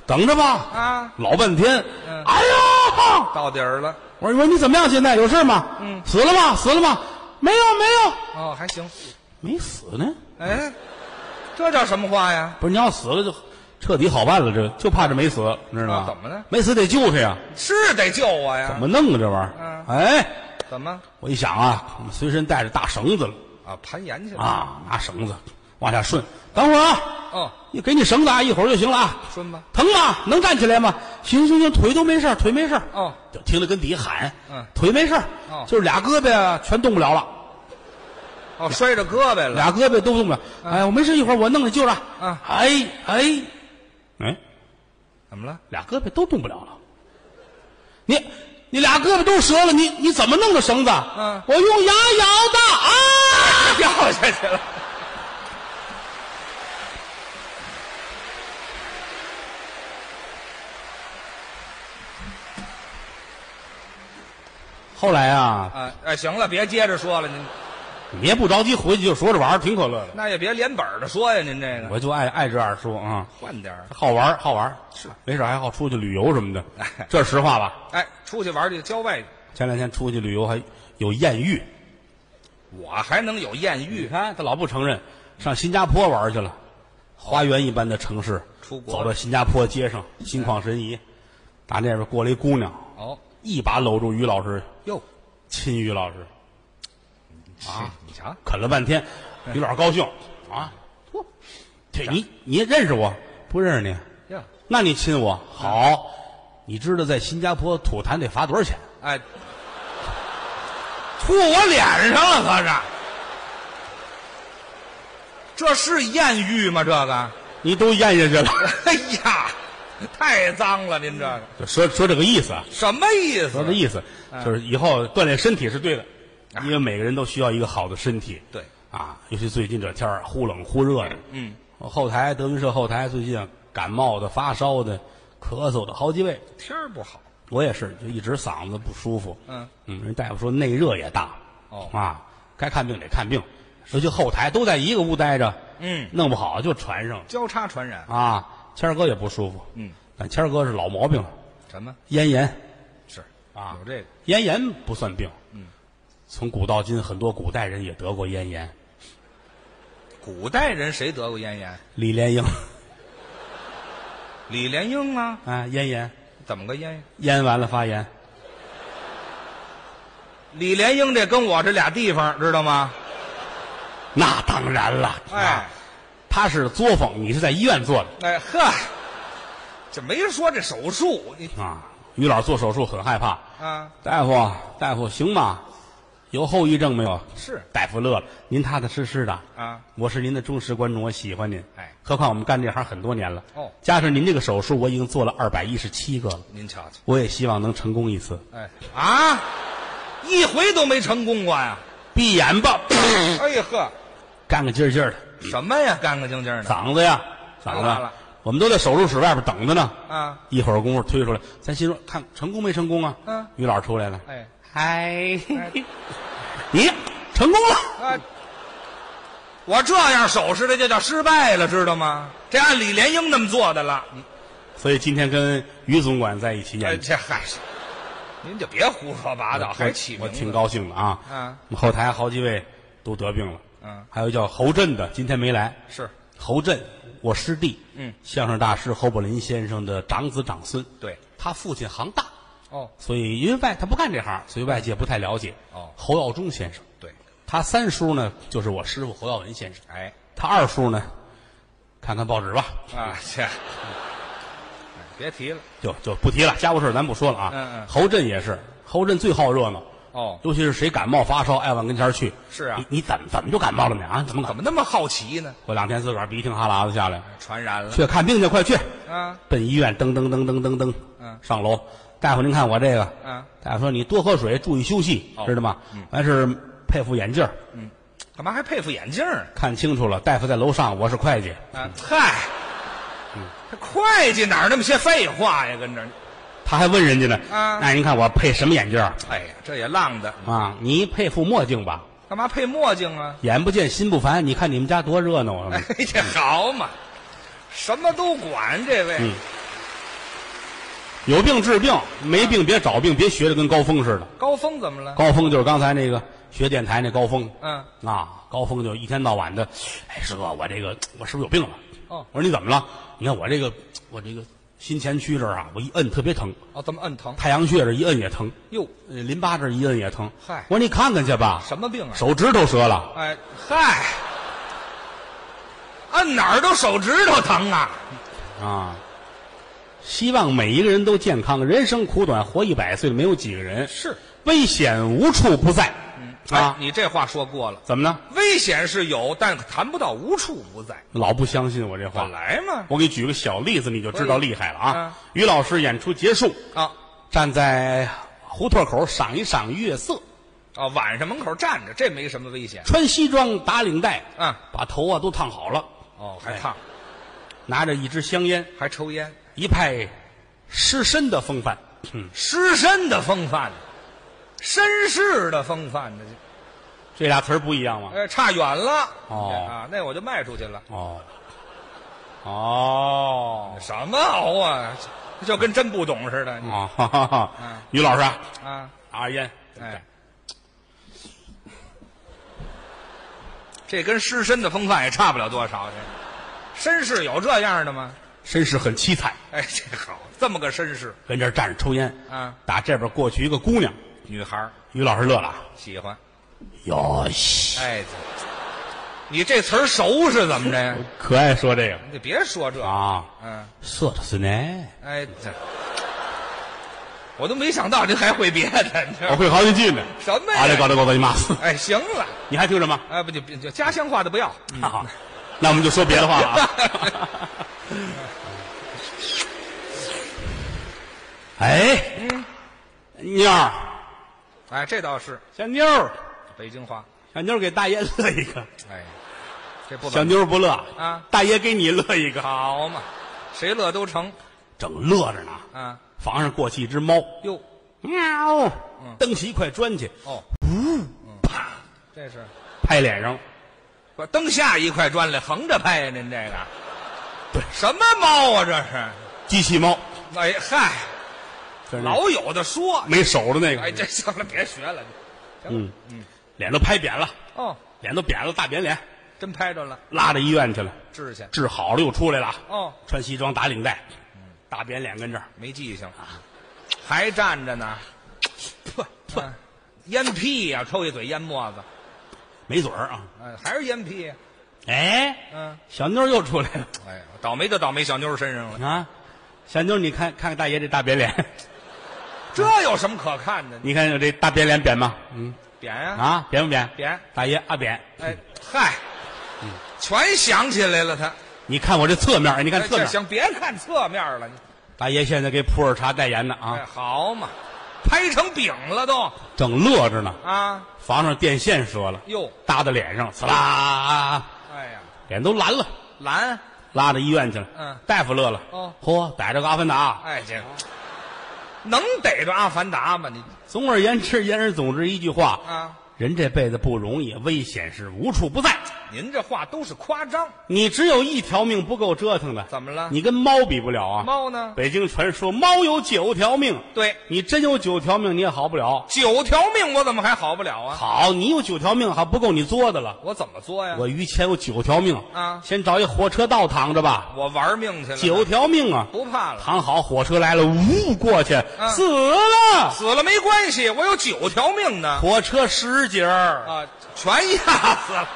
等着吧。
啊，
老半天
嗯，
哎呀！
到底儿了，
我说你怎么样？现在有事吗？
嗯
死了吗？死了吗？没有没
哦，还行，
有，没死呢。
哎，这叫什么话呀？
不是你要死了就彻底好办了，这就怕这没死，你知道吗？
啊怎么了
没死得救他呀，
是得救我呀？
怎么弄啊这玩意儿
嗯？
哎，
怎么
我一想啊，我们随身带着大绳子了
啊？攀岩去了？
啊，拿绳子往下顺。等会儿啊，
哦，
你给你绳子啊，一会儿就行了啊。
顺吧。
疼吗？能站起来吗？行行行，腿都没事儿腿没事儿
哦，
就听着跟底下喊，
嗯
腿没事儿
哦
就是俩胳膊啊全动不了了，
哦，摔着胳膊了。
俩胳膊都动不了。哎，我没事，一会儿我弄你救着。
嗯
哎哎，哎，
怎么了？
俩胳膊都动不了了。你你俩胳膊都折了，你你怎么弄的绳子？
嗯
我用牙咬的 啊！
掉下去了。
后来啊，
啊，哎，行了，别接着说了，您
你也不着急回去就说着玩儿，挺可乐的。
那也别连本儿的说呀，您这个
我就爱爱这样说啊，
换点儿。
好玩儿好玩儿，是没事还好出去旅游什么的，这是实话吧？
哎，出去玩去，郊外去
前两天出去旅游还有艳遇，
我还能有艳
你
遇？
看他老不承认，上新加坡玩去了，花园一般的城市，
出国
走到新加坡街上，心旷神怡，打那边过来一姑娘，
哦，
一把搂住于老师，
哟，
亲于老师，
啊，你瞧，
啃了半天，于老师高兴啊，这你你认识我不认识你？
哟，
那你亲我好，你知道在新加坡吐痰得罚多少钱？
哎，
吐我脸上了，可是
这是艳遇吗？这个，
你都咽下去了，
哎呀，太脏了，您这个
就说说这个意思啊。
什么意思
说？这意思
啊
就是以后锻炼身体是对的，因为每个人都需要一个好的身体。
对
啊，尤其最近这天儿忽冷忽热的，
嗯，
我后台德云社后台最近啊感冒的、发烧的、咳嗽的好几位，
天儿不好，
我也是，就一直嗓子不舒服。
嗯
嗯，人大夫说内热也大。
哦
啊，该看病得看病，尤其后台都在一个屋待着，
嗯，
弄不好就传上了
交叉传染，
啊。谦儿哥也不舒服，
嗯，
但谦儿哥是老毛病了，
什么？
咽炎。
是
啊
有这个
咽炎不算病，嗯，从古到今，很多古代人也得过咽炎。
古代人谁得过咽炎？
李莲英，
李莲英啊，
啊，咽炎，
怎么个咽炎？
咽完了发炎，
李莲英这跟我这俩地方知道吗？
那当然了，
哎
啊，他是作坊，你是在医院做的
哎呵，这没说这手术，你
啊。于老师做手术很害怕，
啊
大夫，大夫行吗？有后遗症没有？
是
大夫乐了，您踏踏实实的
啊，
我是您的忠实观众，我喜欢您。
哎
何况我们干这行很多年了，
哦
加上您这个手术，我已经做了二百一十七个了，
您瞧瞧，
我也希望能成功一次。
哎啊，一回都没成功过呀！
闭眼吧，
哎呀呵，
干干净净的，
什么呀，干干净净的
嗓子呀，嗓
好
子
了，
我们都在手术室外边等着呢。
啊！
一会儿功夫推出来，咱心说看成功没成功啊？
嗯
于老师出来了，
哎
嗨，
哎
你成功了，
啊，我这样手势的就叫失败了，知道吗？这按李莲英那么做的了。
所以今天跟于总管在一起
哎，
演，
这嗨，您就别胡说八道，还起
我
名字
挺高兴的啊。
嗯，
我们后台好几位都得病了。
嗯，
还有叫侯震的，今天没来。
是
侯震，我师弟，
嗯，
相声大师侯宝林先生的长子长孙。
对，
他父亲行大，
哦，
所以因为外他不干这行，所以外界不太了解。
哦
侯耀中先生，
对，
他三叔呢就是我师傅侯耀文先生，
哎
他二叔呢，看看报纸吧，
啊，这，哎别提了，
就就不提了，家务事儿咱不说了啊。
嗯嗯
侯震也是，侯震最好热闹。
哦，
尤其是谁感冒发烧，爱往跟前儿去。
是啊
你你怎么怎么就感冒了你啊？怎么
怎
感？
么那么好奇呢？
过两天自个儿鼻涕哈喇子下来，
传染了
去看病去，快去！
啊，
奔医院，噔噔噔噔噔噔，
嗯
上楼。大夫，您看我这个，
嗯，
大夫说你多喝水，注意休息，
哦
知道吗？完事儿配副眼镜儿，
干嘛还配副眼镜儿呢？
看清楚了。大夫在楼上，我是会计。
啊，嗨，
嗯
这会计哪儿那么些废话呀？跟着，
他还问人家呢，
啊
哎，您看我配什么眼镜儿
哎呀，这也浪的，
啊？你配副墨镜吧，
干嘛配墨镜啊？
眼不见心不烦。你看你们家多热闹啊！
哎，这好嘛，什么都管这位。
嗯有病治病，没病别找病，别学的跟高峰似的。
高峰怎么了？
高峰就是刚才那个学电台那高峰，
啊嗯，
啊，高峰就一天到晚的，哎，师哥，我这个我是不是有病了？
哦
我说你怎么了？你看我这个我这个心前区这儿啊，我一摁特别疼，
哦，怎么摁疼？
太阳穴这儿一摁也疼，
哟，
呃淋巴这儿一摁也疼。
嗨
我说你看看去吧，
什么病啊？
手指头折了，
哎，嗨，按哪儿都手指头疼啊！
啊。希望每一个人都健康。人生苦短，活一百岁没有几个人。
是
危险无处不在，啊
哎，你这话说过了，
怎么呢？
危险是有，但谈不到无处不在。
老不相信我这话
本。来嘛，
我给你举个小例子，你就知道厉害了啊！
嗯
于老师演出结束，
啊
站在胡同口赏一赏月色，
啊，晚上门口站着，这没什么危险。
穿西装打领带，
嗯
把头啊都烫好了，
哦，
哎
还烫，
拿着一支香烟，
还抽烟，
一派湿身的风范。嗯，
湿身的风范，绅士的风范，这就
这俩词儿不一样吗？
哎差远了。
哦
啊，那我就卖出去了。
哦，哦，
什么熬啊，就跟真不懂似的。你
哦，哈哈哈
嗯！
于老师啊，
啊，
拿着烟，
哎，这跟湿身的风范也差不了多少。这绅士有这样的吗？
绅士很凄惨，
哎，这好，这么个绅士，
跟这儿站着抽烟。
啊，
打这边过去一个姑娘，
女孩儿
于老师乐了啊，
喜欢。
哟西。
哎，这你这词儿熟是怎么着 呀？
可爱说这个
你别说这，
啊，
嗯，
说的是呢，
哎，这我都没想到您还会别的，你知
我
道
哦
吗？
会好几句呢。
什么呀
啊，这搞得我把你骂死。
哎，行了，
你还听什么？
哎，不就别就家乡话的不要，
啊那我们就说别的话了 啊。哎，
嗯
妞儿，
哎，这倒是
小妞儿，
北京话，
小妞儿给大爷乐一个。
哎，这不
小
怎么
妞儿不乐
啊，
大爷给你乐一个，
好嘛，谁乐都成
正乐着呢。
啊。
房上过去一只猫，
哟，
喵，
嗯
蹬起一块砖去，
哦，
啪，
这是
拍脸上了。
我蹬下一块砖来，横着拍呀，您这个，对，什么猫啊这是？
机器猫，
哎嗨，
跟那
老有的说，
没手的那个。
哎，这行了，别学了，
嗯，脸都拍扁了，
哦，
脸都扁了，大扁脸，
真拍着了，
拉到医院去了，
治去，
治好了又出来了。
哦，
穿西装打领带，大扁脸跟这儿，
没记性，还站着呢，
啊噗噗，
啊烟屁呀、抽一嘴烟沫子，
没嘴儿啊。
嗯、还是烟屁呀、
哎，
嗯，
小妞儿又出来了
哎呀，倒霉就倒霉小妞儿身上了，
啊！小妞儿，你看看看大爷这大扁脸，
这有什么可看的？
你看有这大扁脸扁吗？嗯
扁呀、
啊，扁不扁？
扁。
大爷啊扁，
哎，嗨，嗯全想起来了他。
你看我这侧面，哎你看
哎
侧
这
面，
行，别看侧面了，你
大爷现在给普洱茶代言呢
哎，
啊，
好嘛，拍成饼了都
正乐着呢，
啊！
房上电线折了，
哟，
搭到脸上，呲啦，
哎呀，
脸都蓝了。
蓝，
拉到医院去了。
嗯
大夫乐了。
哦
嚯，逮着个阿凡达。
哎这能逮着阿凡达吗？你
总而言之，言而总之一句话，
啊，
人这辈子不容易，危险是无处不在。
您这话都是夸张，
你只有一条命不够折腾的，
怎么了
你跟猫比不了啊！
猫呢？
北京传说猫有九条命，
对，
你真有九条命，你也好不了。
九条命我怎么还好不了啊？
好，你有九条命，还不够你作的了。
我怎么作呀？
我于谦有九条命
嗯啊
先找一火车道躺着吧，
我玩命去了，
九条命啊，
不怕了，
躺好，火车来了，呜过去，死了。
死了没关系，我有九条命呢。
火车十节儿，
啊，全压死了。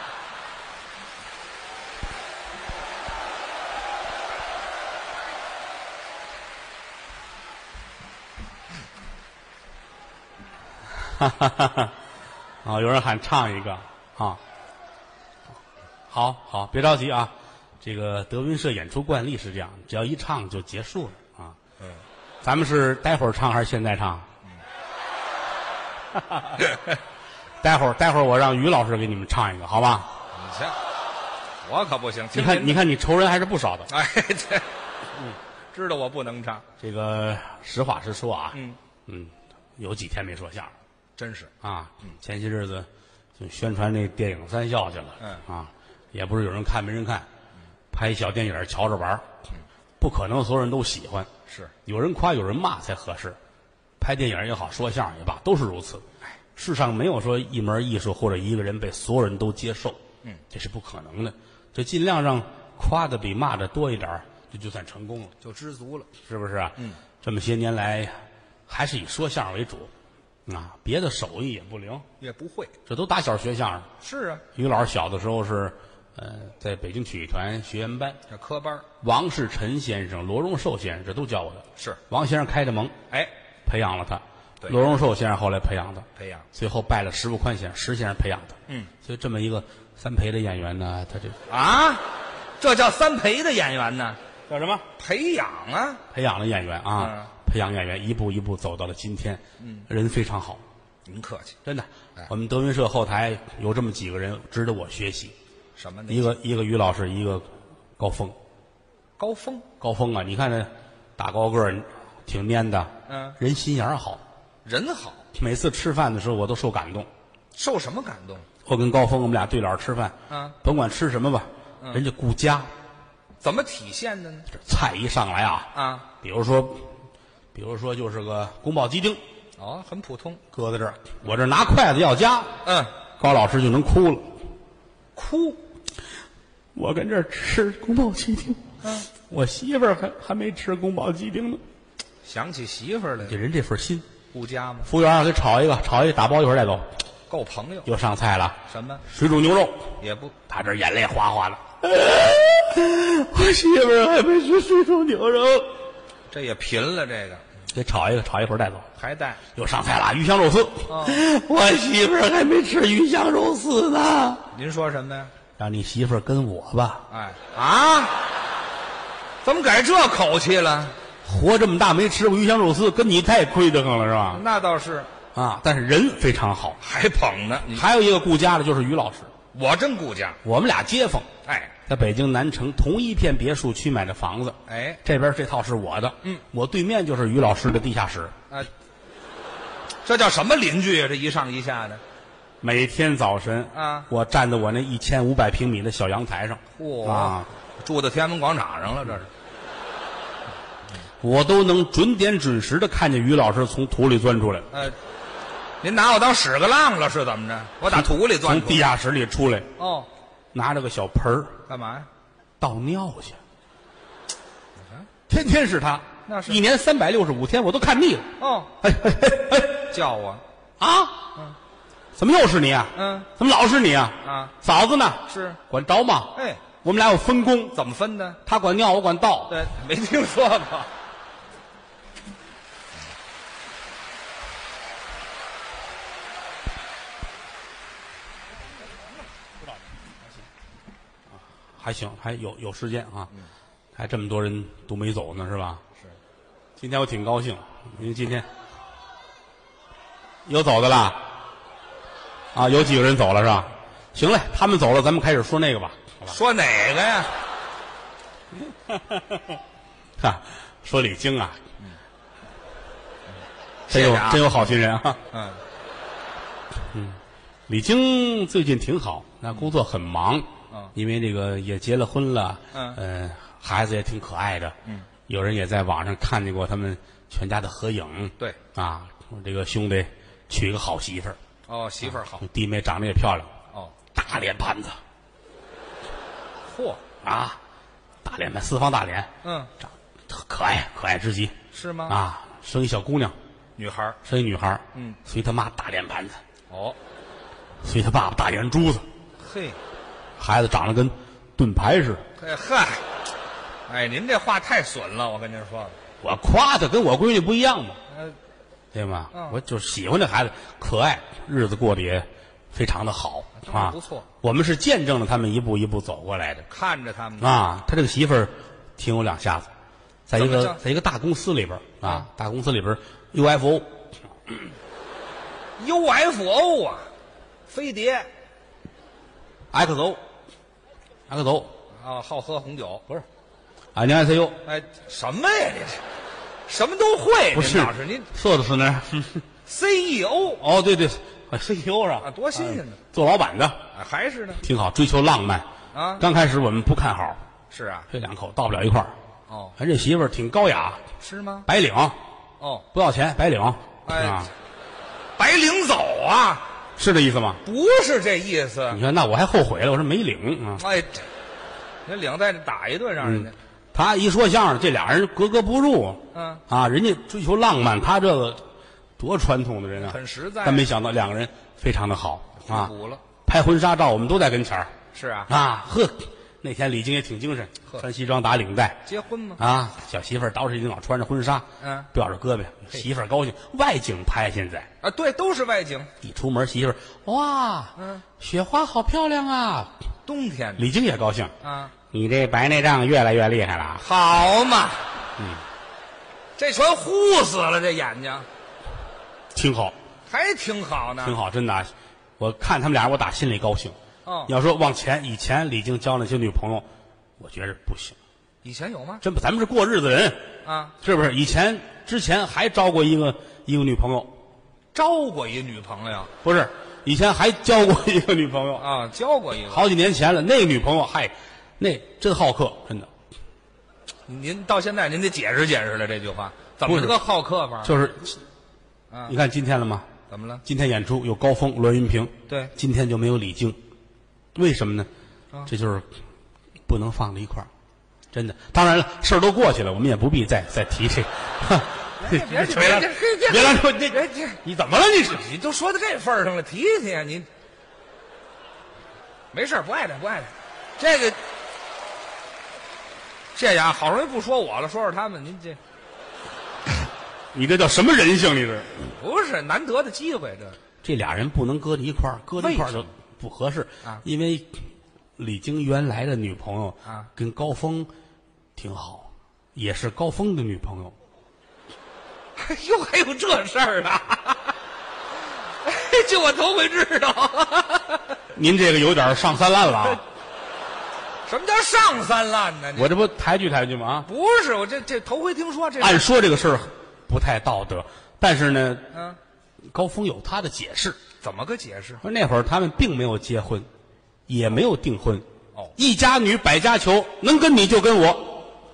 哈哈哈哈！啊，有人喊唱一个啊，好好，别着急啊。这个德云社演出惯例是这样，只要一唱就结束了啊。嗯，咱们是待会儿唱还是现在唱？ 待会儿，待会儿我让于老师给你们唱一个，好吧？
你瞧，我可不行。
你
听
看，
您
你看，你仇人还是不少的。
哎， 这，嗯知道我不能唱，
这个实话实说啊，
嗯
嗯有几天没说相声
真是
啊。
嗯
前些日子就宣传那电影《三笑》去了，
嗯
啊，也不是有人看没人看，拍一小电影瞧着玩儿
嗯
不可能所有人都喜欢，
是
有人夸有人骂才合适。拍电影也好，说相声也罢，都是如此。
哎
世上没有说一门艺术或者一个人被所有人都接受，嗯，这是不可能的。就尽量让夸的比骂的多一点儿，这就算成功了。
就知足了。
是不是啊？嗯，这么些年来，还是以说相声为主，啊，别的手艺也不灵，
也不会。
这都打小学相声。
是啊，
于老师小的时候是，呃，在北京曲艺团学员班，
这科班儿
王世臣先生、罗荣寿先生这都教我的。
是
王先生开的蒙，
哎
培养了他；
对
罗荣寿先生后来培养的，
培养
最后拜了石富宽先生，石先生培养的。嗯，所以这么一个三培的演员呢，他这
啊，这叫三培的演员呢，
叫什么？
培养啊，
培养了演员啊，
嗯
培养演员，一步一步走到了今天，嗯，人非常好。
您客气
真的，
哎
我们德云社后台有这么几个人值得我学习，
什么呢？
一个一个于老师，一个高峰。
高峰
高峰啊，你看那大高个儿，挺蔫的，
嗯
人心眼儿好。
人好，
每次吃饭的时候，我都受感动。
受什么感动？
我跟高峰，我们俩对脸吃饭，
嗯，
甭管吃什么吧，人家顾家，
怎么体现的呢？
这菜一上来啊，
啊，
比如说，比如说就是个宫保鸡丁，
哦，很普通。
搁在这儿，我这拿筷子要夹，
嗯，
高老师就能哭了。
哭
我跟这儿吃宫保鸡丁，我媳妇儿还还没吃宫保鸡丁呢。
想起媳妇儿来
这
了，
人这份心，
顾家吗？
服务员让给炒一个，炒一个打包，一会儿带走。
够朋友，
又上菜了，
什么
水煮牛肉，
也不
他这眼泪哗哗的。 我媳妇儿还没吃水煮牛肉，
这也贫了，这个
给炒一个，炒一会儿带走。
还带哦
又上菜了，鱼香肉丝。
嗯
我媳妇儿还没吃鱼香肉丝呢。
您说什么呀？
让你媳妇儿跟我吧，
哎啊，怎么改这口气了？
活这么大没吃过鱼香肉丝，跟你太亏得慌了是吧？
那倒是
啊，但是人非常好。
还捧呢，你
还有一个顾家的，就是于老师，
我真顾家。
我们俩街坊，
哎
在北京南城同一片别墅区买的房子。
哎
这边这套是我的，
嗯，
我对面就是于老师的地下室。
啊，这叫什么邻居啊？这一上一下的，
每天早晨
啊
我站在我那一千五百平米的小阳台上，
嚯
啊，
住到天安门广场上了，这是
我都能准点准时的看见于老师从土里钻出来，
呃，您拿我当屎壳郎了是怎么着？我打土里钻
从
出
地下室里出来，
哦，
拿着个小盆儿
干嘛呀？
倒尿去。天天是他，
嗯那是
一年三百六十五天，我都看腻了。
哦，
哎哎哎哎，
叫我
啊，怎么又是你啊？
嗯，
怎么老是你啊？
啊，
嫂子呢？
是
管着吗？
哎，
我们俩有分工，
怎么分的？
他管尿，我管倒。
对，没听说过。
还行，还有有时间啊，还这么多人都没走呢，是吧？
是，
今天我挺高兴，因为今天有走的啦，啊，有几个人走了是吧？行嘞，他们走了，咱们开始说那个吧，好吧？
说哪个呀？
哈，说李菁啊，
谢
真
嗯谢
有
啊
真有好心人啊。
嗯，
李菁最近挺好，那工作很忙，
嗯
因为这个也结了婚了，
嗯
呃，孩子也挺可爱的，
嗯，
有人也在网上看见过他们全家的合影，
对，
啊，说这个兄弟娶一个好媳妇儿，
哦，媳妇儿好，
弟妹长得也漂亮，
哦，
大脸盘子
嚯，
啊，大脸盘，四方大脸，
嗯，
长特可爱，可爱之极
是吗？，
啊，生一小姑娘，
女孩儿，
生一女孩，
嗯，
随他妈大脸盘子，
哦，
随他爸爸大圆珠子，
嘿，
孩子长得跟盾牌似的。
哎嗨，哎，您这话太损了，我跟您说，
我夸他跟我闺女不一样嘛，
呃，
对吗？
嗯
我就是喜欢这孩子，可爱，日子过得也非常的好
真
啊，
不错。
我们是见证了他们一步一步走过来的
看着他们，
啊。他这个媳妇儿挺有两下子，在一
怎么
个
着嗯
在一个大公司里边儿啊，大公司里边儿 UFO
UFO 啊，飞碟
XO XO
啊，好喝红酒不是？
啊，你 ICU
哎，什么呀？你这什么都会？
不
您
是
老师您
硕子是那儿
CEO
哦，对对哎，CEO 是吧
啊，多新鲜呢！
做老板的
哎还是呢？
挺好，追求浪漫
啊
刚开始我们不看好，
是啊，
这两口到不了一块儿。
哦，
哎，这媳妇儿挺高雅，
是吗？
白领，
哦，
不要钱，白领，
哎
啊，
白领走啊，
是这意思吗？
不是这意思。
你看，那我还后悔了，我说没领啊。
哎，这那领带打一顿让人家
嗯，，他一说相声，这俩人格格不入
嗯，
啊。人家追求浪漫，他这个多传统的人啊，
很实在
但没想到两个人非常的好啊
复，古了。
拍婚纱照我们都在跟前儿
是啊，
啊。呵，那天李菁也挺精神，
呵
穿西装打领带
结婚吗？
啊，小媳妇儿捯饬一定老穿着婚纱，
嗯
吊着胳膊，媳妇儿高兴，外景拍现在。
啊，对，都是外景，
一出门，媳妇儿哇，
嗯，
雪花好漂亮啊！
冬天的
李菁也高兴，
啊，
你这白内障越来越厉害了啊。
好嘛，嗯，这全糊死了，这眼睛
挺好，
还挺好呢，
挺好，真的啊。我看他们俩人，我打心里高兴。
哦
你要说往前，以前李菁交那些女朋友，我觉着不行，
以前有吗？
真不，咱们是过日子人，
啊，
是不是？以前之前还招过一个一个女朋友，
招过一女朋友
不是？以前还交过一个女朋友，
啊，交过一个。
好几年前了。那个女朋友，嗨，那真好客，真的
您到现在您得解释解释了这句话，怎么
不是
是个好客法？
就是，
啊
你看今天了吗？
怎么了？
今天演出有高峰、栾云平，
对
今天就没有李菁，为什么呢？
啊
这就是不能放在一块儿，真的。当然了，事儿都过去了，我们也不必再再提这。 别
哎别别
别
别别
别乱说，你
别别
你怎么了？你是
你都说到这份儿上了，提提啊你。没事儿，不碍着，不碍着。这个，谢谢啊！好容易不说我了，说说他们，您这
你这叫什么人性？你这
不是难得的机会，这
这俩人不能搁在一块儿，搁在一块儿就
为什么
不合适
啊
因为李菁原来的女朋友
啊
跟高峰挺好，也是高峰的女朋友。
哟还有这事儿啊！ 哎这我头回知道。
您这个有点上三滥了啊！
什么叫上三滥呢？你
我这不抬举抬举吗？啊！
不是我这这头回听说这事儿。
按说这个事儿不太道德，但是呢，
嗯，
高峰有他的解释。
怎么个解释？
说那会儿他们并没有结婚，也没有订婚，
哦
一家女百家求，能跟你就跟我。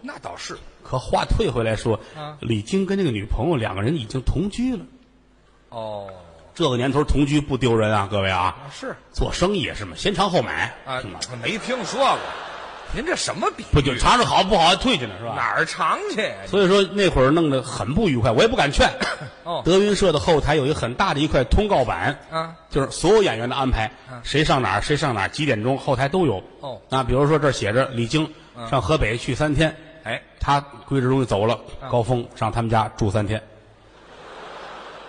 那倒是
可话退回来说，
啊
李菁跟那个女朋友两个人已经同居了。
哦，
这个年头同居不丢人啊，各位啊，
是
做生意也是嘛，先尝后买
啊
是吗，
没听说过。您这什么比
嗯
啊
不就尝尝好不好退去呢是吧？
哪儿长去呀？
所以说那会儿弄得很不愉快，我也不敢劝。
哦
德云社的后台有一个很大的一块通告板，
啊，
就是所有演员的安排，谁上哪儿，谁上哪儿，几点钟，后台都有。
哦啊
那比如说这儿写着李菁上河北去三天，
哎
他归置中就走了，高峰上他们家住三天。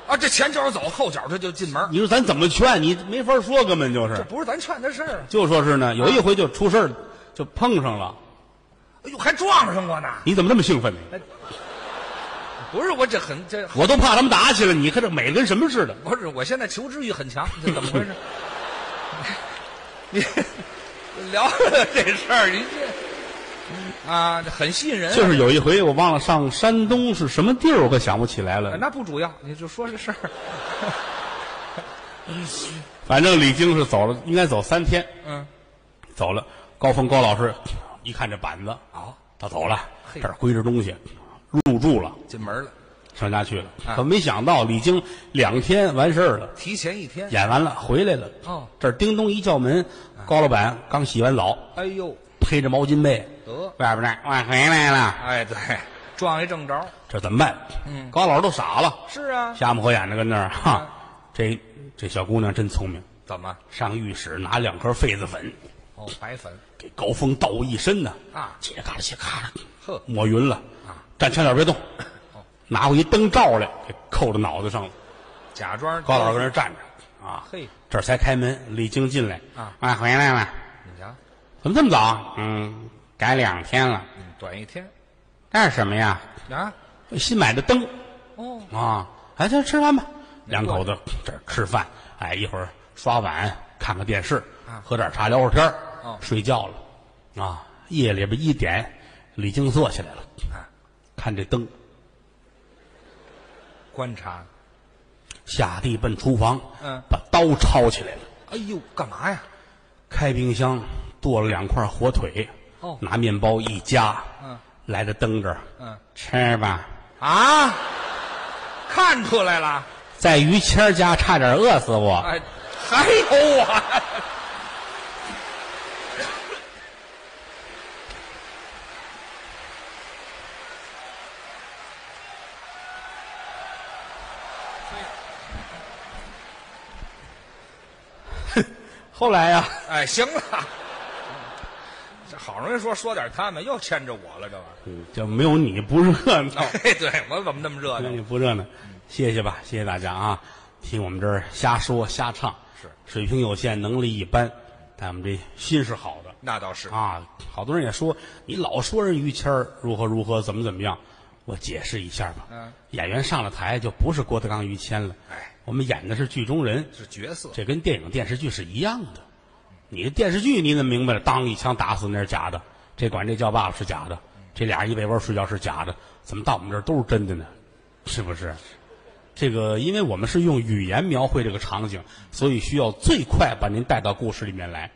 啊，这前脚走，后脚这就进门，
你说咱怎么劝？你没法说，根本就
这
是，
不是咱劝的事儿啊。
就说是呢，有一回就出事儿，就碰上了。
哎呦，还撞上过呢！
你怎么这么兴奋呢？
不是我这很这
我都怕他们打起来，你看这美得跟什么似的。
不是我现在求知欲很强，这怎么回事？ 你聊聊这事儿，您这啊，这很吸引人啊。
就是有一回我忘了上山东是什么地儿，我可想不起来
啊
了。
那不主要，你就说这事儿。
反正李菁是走了，应该走三天。
嗯，
走了。高峰高老师一看这板子，
啊，
他走了，
嘿
这儿归置东西，入住了，
进门了，
上家去了。
啊
可没想到，李菁两天完事儿了，
提前一天。
演完了回来了。
哦，
这儿叮咚一叫门，高老板刚洗完澡，
哎呦，
披着毛巾被，
得，
外边那我回来了，
哎，对，撞一正着。
这怎么办？
嗯
高老师都傻了，
是啊，
瞎目合眼的跟那儿哈，
嗯
这这小姑娘真聪明，
怎么？
上浴室拿两颗痱子粉。
哦，白粉。
给高峰倒一身呢
啊
切咔啦切咔啦，
呵
抹匀了
啊，哦
站前点别动，拿过一灯罩来给扣到脑袋上了。
假装
高老师搁那儿站着啊，
嘿，
这儿才开门，李菁进来
啊，
哎回来了，
你瞧，
怎么这么早？嗯，改两天了，
嗯，短一天
这是什么呀？
啊，
新买的灯
哦，
啊，哎，这吃饭吧，两口子这儿吃饭，哎，一会儿刷碗，看看电视
啊，
喝点茶，聊会儿天儿
哦
睡觉了啊。夜里边一点，李菁坐起来了。
啊，
看这灯，
观察。
下地奔厨房，
嗯
把刀抄起来了，
哎呦，干嘛呀？
开冰箱剁了两块火腿，
哦
拿面包一夹，
嗯，
来到灯这儿，
嗯
吃吧，
啊，看出来了。
在于谦儿家差点饿死我，
哎，还有啊我，
后来呀、
哎，行了，这好容易说说点他们，又牵着我了，这玩意
就没有你不热 闹，
儿。哎，对我怎么那么热
没有
闹
你不热闹，谢谢吧，谢谢大家啊，听我们这儿瞎说瞎唱，
是
水平有限，能力一般，但我们这心是好的，
那倒是，
啊，好多人也说你老说人于谦儿如何如何怎么怎么样，我解释一下吧。
嗯，
演员上了台就不是郭德纲、于谦了，
哎，
我们演的是剧中人，
是角色。
这跟电影电视剧是一样的。你的电视剧你怎么明白了？当一枪打死那是假的，这管这叫爸爸是假的，这俩人一被窝睡觉是假的，怎么到我们这儿都是真的呢？是不是？这个，因为我们是用语言描绘这个场景，所以需要最快把您带到故事里面来。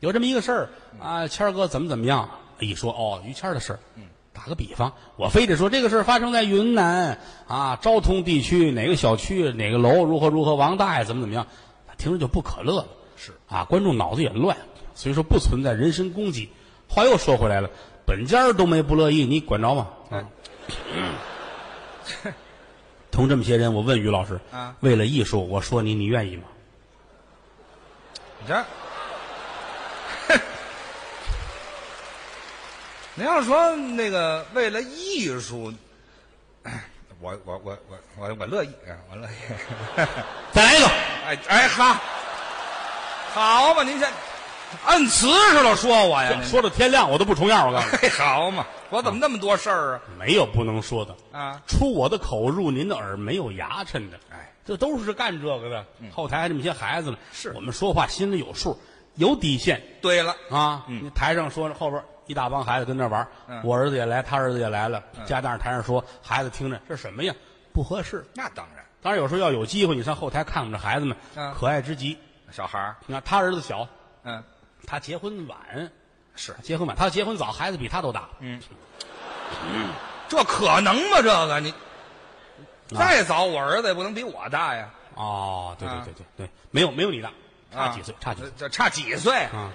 有这么一个事儿
嗯
啊，谦儿哥怎么怎么样？一说哦，于谦儿的事儿。
嗯
打个比方，我非得说这个事儿发生在云南啊昭通地区哪个小区哪个楼如何如何，王大爷怎么怎么样，听着就不可乐了。
是
啊，观众脑子也乱，所以说不存在人身攻击。话又说回来了，本家儿都没不乐意，你管着吗？啊，同这么些人，我问于老师，
啊
为了艺术，我说你，你愿意吗？
你这，你要说那个为了艺术，哎我我我我我我乐意，啊，我乐意。
再来一个，
哎哎哈，好嘛，您先按词似的说我呀，您
说到天亮我都不重样，我告诉
嘿好嘛，我怎么那么多事儿啊？
你，没有不能说的。
啊，
出我的口入您的耳，没有牙碜的。
哎，嗯
这都是干这个的。后台还这么些孩子呢，
是
我们说话心里有数，有底线
对了，
啊。
嗯
你台上说，后边一大帮孩子跟那玩，
嗯
我儿子也来，他儿子也来了，家长台上说，孩子听着这什么呀？不合适。
那当然，
当然有时候要有机会，你上后台看看这孩子们，
嗯
可爱之极。
小孩儿，
你看他儿子小，
嗯，
他结婚晚，
是
结婚晚，他结婚早，孩子比他都大。
嗯这可能吗？这个你再早，我儿子也不能比我大呀，
哦，对对
啊
对对对，没有没有你大，差
啊
几岁，差几岁。
这差几岁？
啊，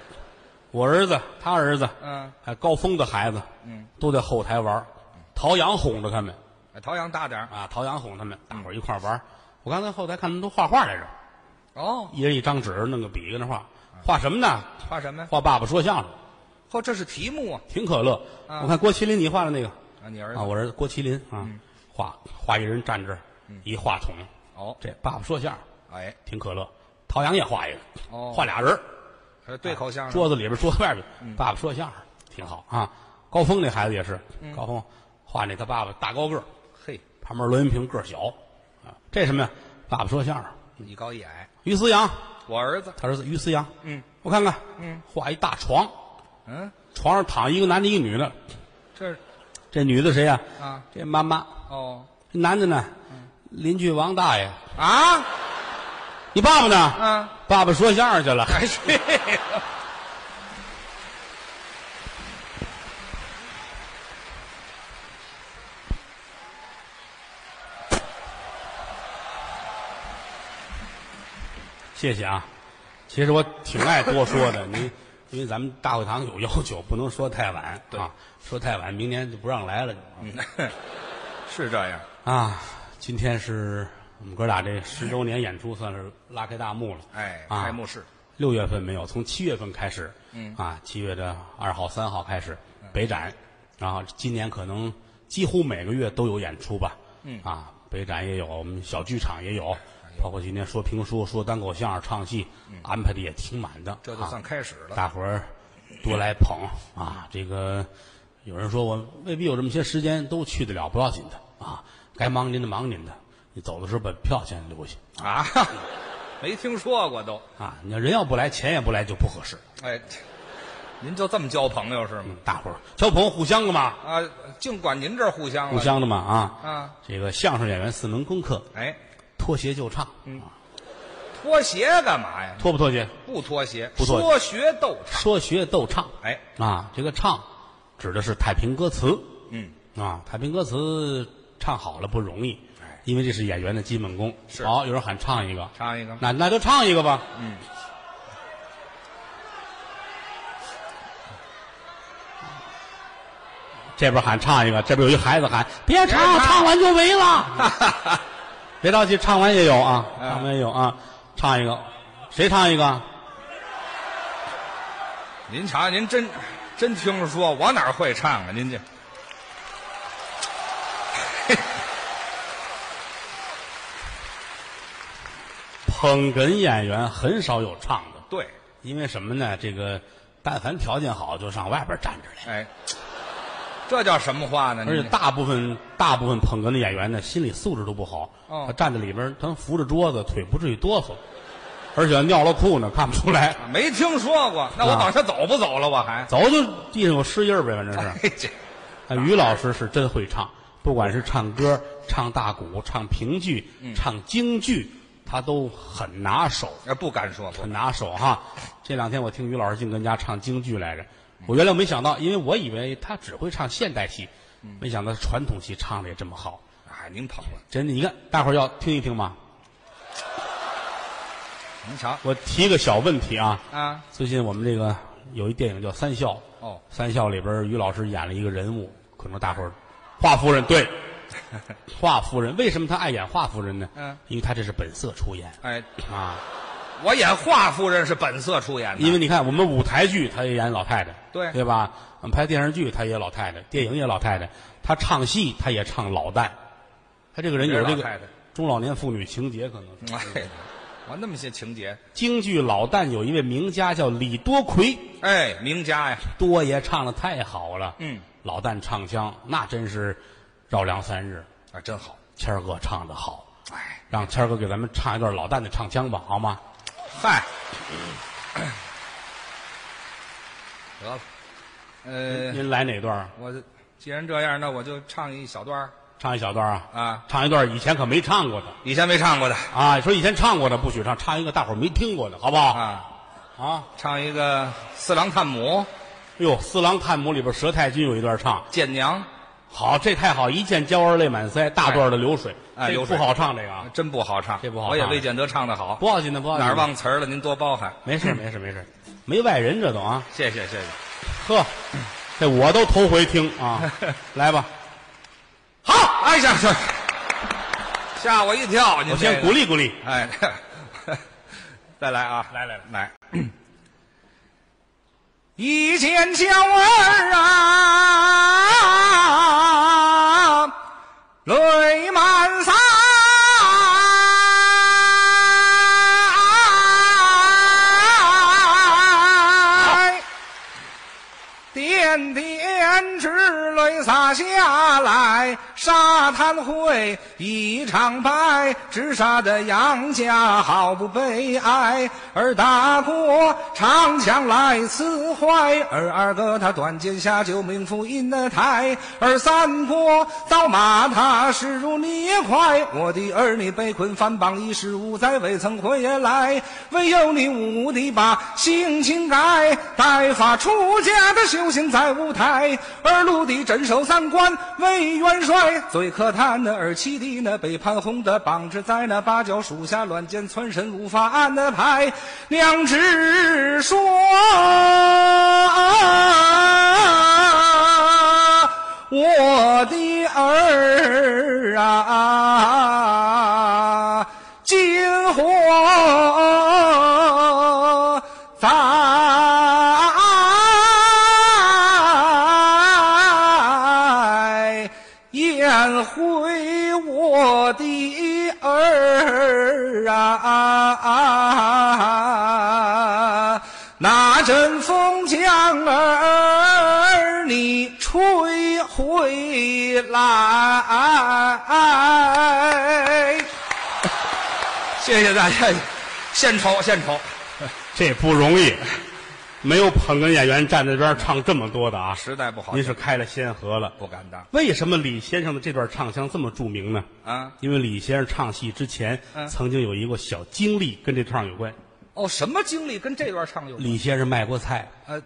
我儿子，他儿子，
嗯，
还有哎高峰的孩子，
嗯，
都在后台玩儿陶阳哄着他们
哎陶阳大点儿
啊，陶阳哄他们，大伙儿一块儿玩儿我刚才后台看他们都画画来着，
哦，
一人一张纸，弄个笔跟那画，
嗯
画什么呢？
画什么呀？
画爸爸说相声，
嚯，这是题目啊！
挺可乐。
啊
我看郭麒麟你画的那个
啊，你儿嗯子
啊，我儿子郭麒麟啊，画画一人站这儿，
嗯
一话筒，
哦，
这爸爸说相声
哎，
挺可乐。陶阳也画一个，
哦
画俩人儿。啊
还是对口相声，嗯
桌子里边说外边，爸爸说相声挺好啊。高峰那孩子也是，
嗯
高峰画那他爸爸大高个儿，
嘿，
旁边栾云平个儿小啊。这什么呀？爸爸说相声。
一高一矮，
于思阳，
我儿子，
他儿子于思阳，
嗯
我看看，嗯，画一大床，
嗯，
床上躺一个男的，一个女的。
这是
这女的谁呀、
啊，
这妈妈。
哦，
这男的呢？邻居王大爷。
啊，
你爸爸呢？
啊，
爸爸说相声去了。
哎去，
谢谢啊。其实我挺爱多说的，您因为咱们大会堂有要求，不能说太晚
对
啊，说太晚明年就不让来了
是这样。
啊。今天是我们哥俩这十周年演出，算是拉开大幕了。
哎，
啊
开幕式
六月份没有，从七月份开始，嗯啊，七月的二号、三号开始
嗯
北展，然后今年可能几乎每个月都有演出吧，嗯啊，北展也有，我们小剧场也有，
哎
包括今天说评书、说单口相声、唱戏，安排的也挺满的，
嗯这就算
啊
开始了。
大伙儿多来捧啊！这个有人说我未必有这么些时间都去得了，不要紧的啊，该忙您的忙您的，你走的时候把票先留下
啊， 没听说过都。
啊！你要人要不来，钱也不来，就不合适。
哎，您就这么交朋友是吗？
大伙儿交朋友互相的嘛，
啊，净管您这儿互相了
互相的嘛啊。
啊！
这个相声演员四门功课：
哎，
脱鞋就唱。啊
脱鞋干嘛呀？
脱不脱鞋？
不脱鞋，
不脱
说学逗唱。
说学逗唱。
哎，
啊，这个唱指的是太平歌词
嗯，
啊，太平歌词唱好了不容易
哎，
因为这是演员的基本功。
是
好，有人喊唱一个，
唱一个。
那那就唱一个吧。
嗯。
这边喊唱一个，这边有一孩子喊：“别唱，
别唱
唱完就没了。” 别着急，唱完也有啊，
嗯
唱完也有啊，唱一个，谁唱一个？
您瞧，您真真听说，我哪儿会唱啊？您这
捧哏演员很少有唱的，
对，
因为什么呢？这个但凡条件好，就上外边站着来。
哎，这叫什么话呢？
而且
您
大部分大部分捧哏的演员呢，心理素质都不好。
哦
他站在里边，他扶着桌子，腿不至于哆嗦，而且尿了裤呢，看不出来。
没听说过，那我
啊
往下走不走了？我还
早就地上有湿印儿呗，反正是。
哎这
啊，于老师是真会唱，不管是唱歌、唱大鼓、唱评剧、唱京剧，他都很拿手，
哎不敢说，不
很拿手哈。这两天我听于老师净跟家唱京剧来着，我原来没想到，因为我以为他只会唱现代戏，没想到传统戏唱的也这么好。
啊，您捧了，
真的，你看大伙儿要听一听吗？
您瞧
我提个小问题啊，
啊，
最近我们这个有一电影叫《三笑》，
哦
《三笑》里边于老师演了一个人物，可能大伙儿，华夫人 对，华夫人为什么他爱演华夫人呢？
嗯，
因为他这是本色出演
哎，
啊，
我演华夫人是本色出演的，
因为你看我们舞台剧他也演老太太，
嗯对
对吧？我们拍电视剧他也老太太，电影也老太太，他唱戏他也唱老旦，他这个人有这
也是老
个
太太
中老年妇女情节，可能是。
哎，我那么些情节，
京剧老旦有一位名家叫李多奎，
哎，名家呀，
多爷唱的太好了，
嗯，
老旦唱腔那真是绕梁三日。
啊，真好，
谦儿哥唱的好，
哎，
让谦儿哥给咱们唱一段老旦的唱腔吧，好吗？
嗨，
嗯
得了，呃，
您来哪段儿？
我既然这样，那我就唱一小段儿
唱一小段啊？
啊，
唱一段以前可没唱过的
以前没唱过的
啊！说以前唱过的不许唱，唱一个大伙儿没听过的，好不好？
啊，
啊！
唱一个四郎探母
哟，《四郎探母》里边佘太君有一段唱，
见娘，
好，这太好，一见娇儿泪满腮，大段的流水，
哎
这
流水
不好唱这个啊，
真不好唱，
这不好唱
我也未见得唱得好，
不要紧的，不要紧的，
哪儿忘词儿了？您多包涵，
没事儿，没事儿，没事儿，没外人这都啊。
谢谢谢谢。
呵，这我都头回听啊！来吧，
好，哎呀，这吓我一跳！您
我先
这
鼓
个，
励鼓励。
哎， 再来啊！
来来来
来，一见娇儿啊，泪满腮。点点之泪洒下来，沙滩会一场白，直杀的杨家好不悲哀。而大哥长枪来刺怀，而二哥他短剑下救命符印的台，而三哥刀马他势如泥块。我的儿女被困藩邦已十五载，未曾回来，唯有你五弟把性情改，待发出家的修行在舞台。台。二路的镇守三关为元帅，最可叹那二七弟那被潘洪的绑着在那八角树下乱箭穿身，无法安的排。娘只说。我的儿啊，今火在宴会，我的儿啊，那阵风将儿你吹回来。谢谢大家，献丑献丑，
这不容易，没有捧哏演员站在这边唱这么多的啊！
实在不好
您是开了先河了。
不敢当
为什么李先生的这段唱腔这么著名呢？
啊！
因为李先生唱戏之前，
嗯
曾经有一个小经历跟这唱有关。
哦，什么经历跟这段唱有关？
李先生卖过菜，
呃，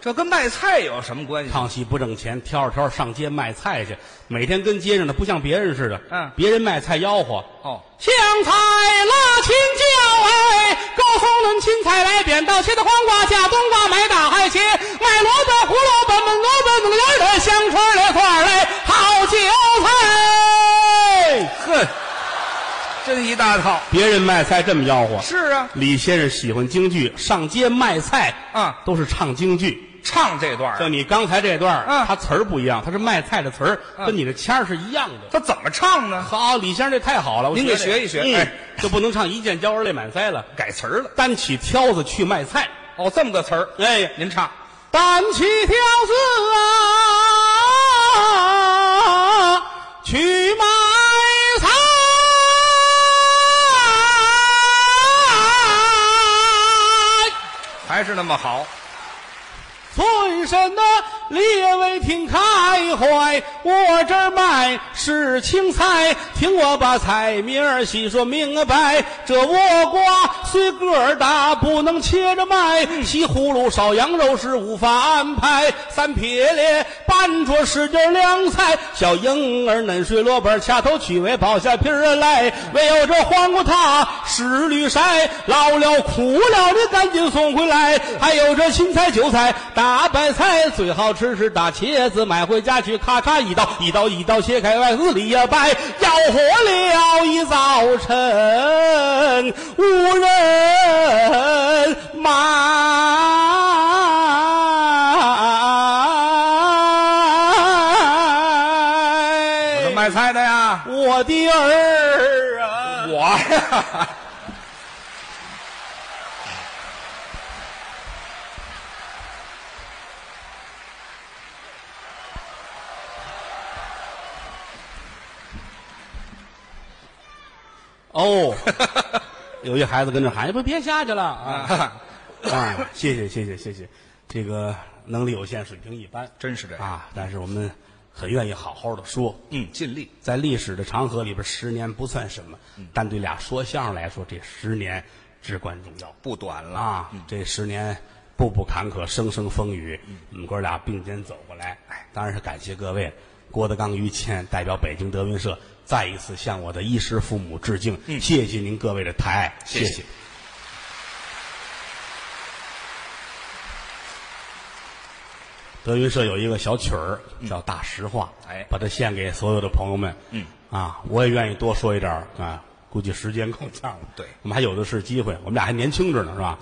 这跟卖菜有什么关系？
唱戏不挣钱，挑着挑着上街卖菜去，每天跟街上的不像别人似的，
嗯
别人卖菜吆喝，
哦，
香菜、辣青椒，哎，高葱、嫩青菜来扁豆，茄子、黄瓜、架冬瓜，买大海茄，卖萝卜、胡萝卜、焖萝卜、弄圆的，香椿的、块儿嘞，好韭菜。
呵，真一大套。
别人卖菜这么吆喝，
是啊，
李先生喜欢京剧，上街卖菜
啊
都是唱京剧。
唱这段儿
像你刚才这段儿，
嗯
他词儿不一样，他是卖菜的词儿，
嗯
跟你的腔儿是一样的。
他怎么唱呢？
啊好，李先生这太好了，我
您给
这个
学一学
嗯
哎
就不能唱一见娇儿泪满腮了，
改词儿了。
单起挑子去卖菜。
哦，这么个词儿，
哎，
您唱。
单起挑子啊，去卖菜。
还是那么好。
村神呐，列位听开怀，我这儿卖是青菜，听我把菜名儿细说明白。这倭瓜虽个儿大，不能切着卖；西葫芦烧羊肉是无法安排。三撇列拌着是碟儿凉菜，小婴儿嫩水萝卜儿掐头去尾刨下皮儿来。唯有这黄瓜塔是绿筛，老了苦了的赶紧送回来。还有这芹菜、韭菜、大白菜，最好吃是大茄子，买回家去咔嚓一刀，一刀一刀切开外子里呀掰，要活了一早晨，无人买。
我卖菜的呀，
我的儿啊！
我呀，
哦， 有一孩子跟着喊：“不，别下去了 啊！”啊，谢谢，谢谢，谢谢。这个能力有限，水平一般，
真是这样。
啊，但是我们很愿意好好的说。
嗯，尽力。
在历史的长河里边，十年不算什么，
嗯
但对俩说相声来说，这十年至关重要。
不短了嗯
啊，这十年步步坎坷，声声风雨，我们哥俩并肩走过来。哎，当然是感谢各位，郭德纲、于谦代表北京德云社再一次向我的衣食父母致敬，谢谢您各位的抬爱，
嗯谢
谢
谢
德云社有一个小曲儿叫《大实话》，
嗯哎
把它献给所有的朋友们。
嗯，
啊，我也愿意多说一点儿啊，估计时间够呛了。
对
我们还有的是机会，我们俩还年轻着呢，是 吧？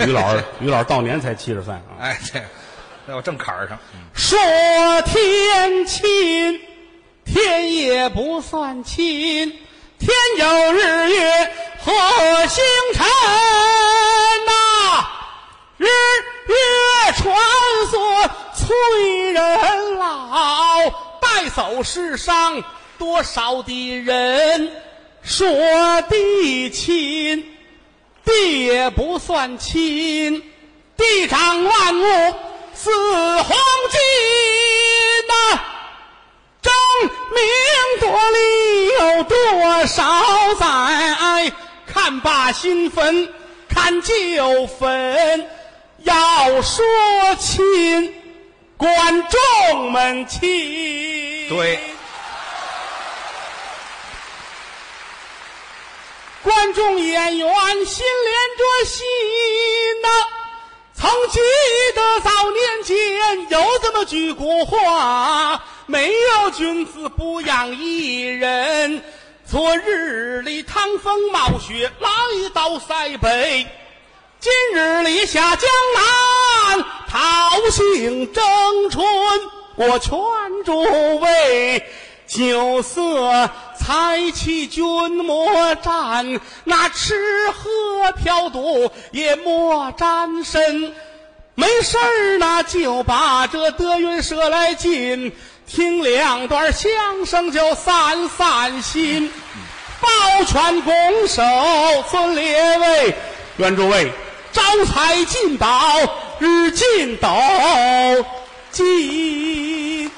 于老师，于老师到年才七十三啊。
哎，这那我正坎儿上。嗯
说天亲，天也不算亲，天有日月和星辰呐、日月穿梭催人老，带走世上多少的人。说地亲，地也不算亲，地长万物似黄金呐、争名夺利有多少载？看罢新坟，看旧坟，要说亲，观众们齐。
对，
观众演员心连着心呐、曾记得早年间有这么句古话：没有君子不养艺人。昨日里趟风冒雪来到塞北，今日里下江南桃杏争春。我劝诸位，酒色财气君莫沾，那吃喝嫖赌也莫沾身。没事儿呢，就把这德云社来进，听两段相声就散散心。抱拳拱手，尊列位，愿诸位招财进宝，日进斗金。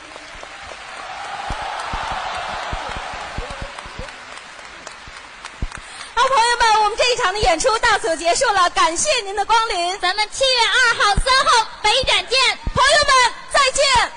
好，朋友们，我们这一场的演出到此结束了，感谢您的光临，咱们七月二号、三号北展见，朋友们再见。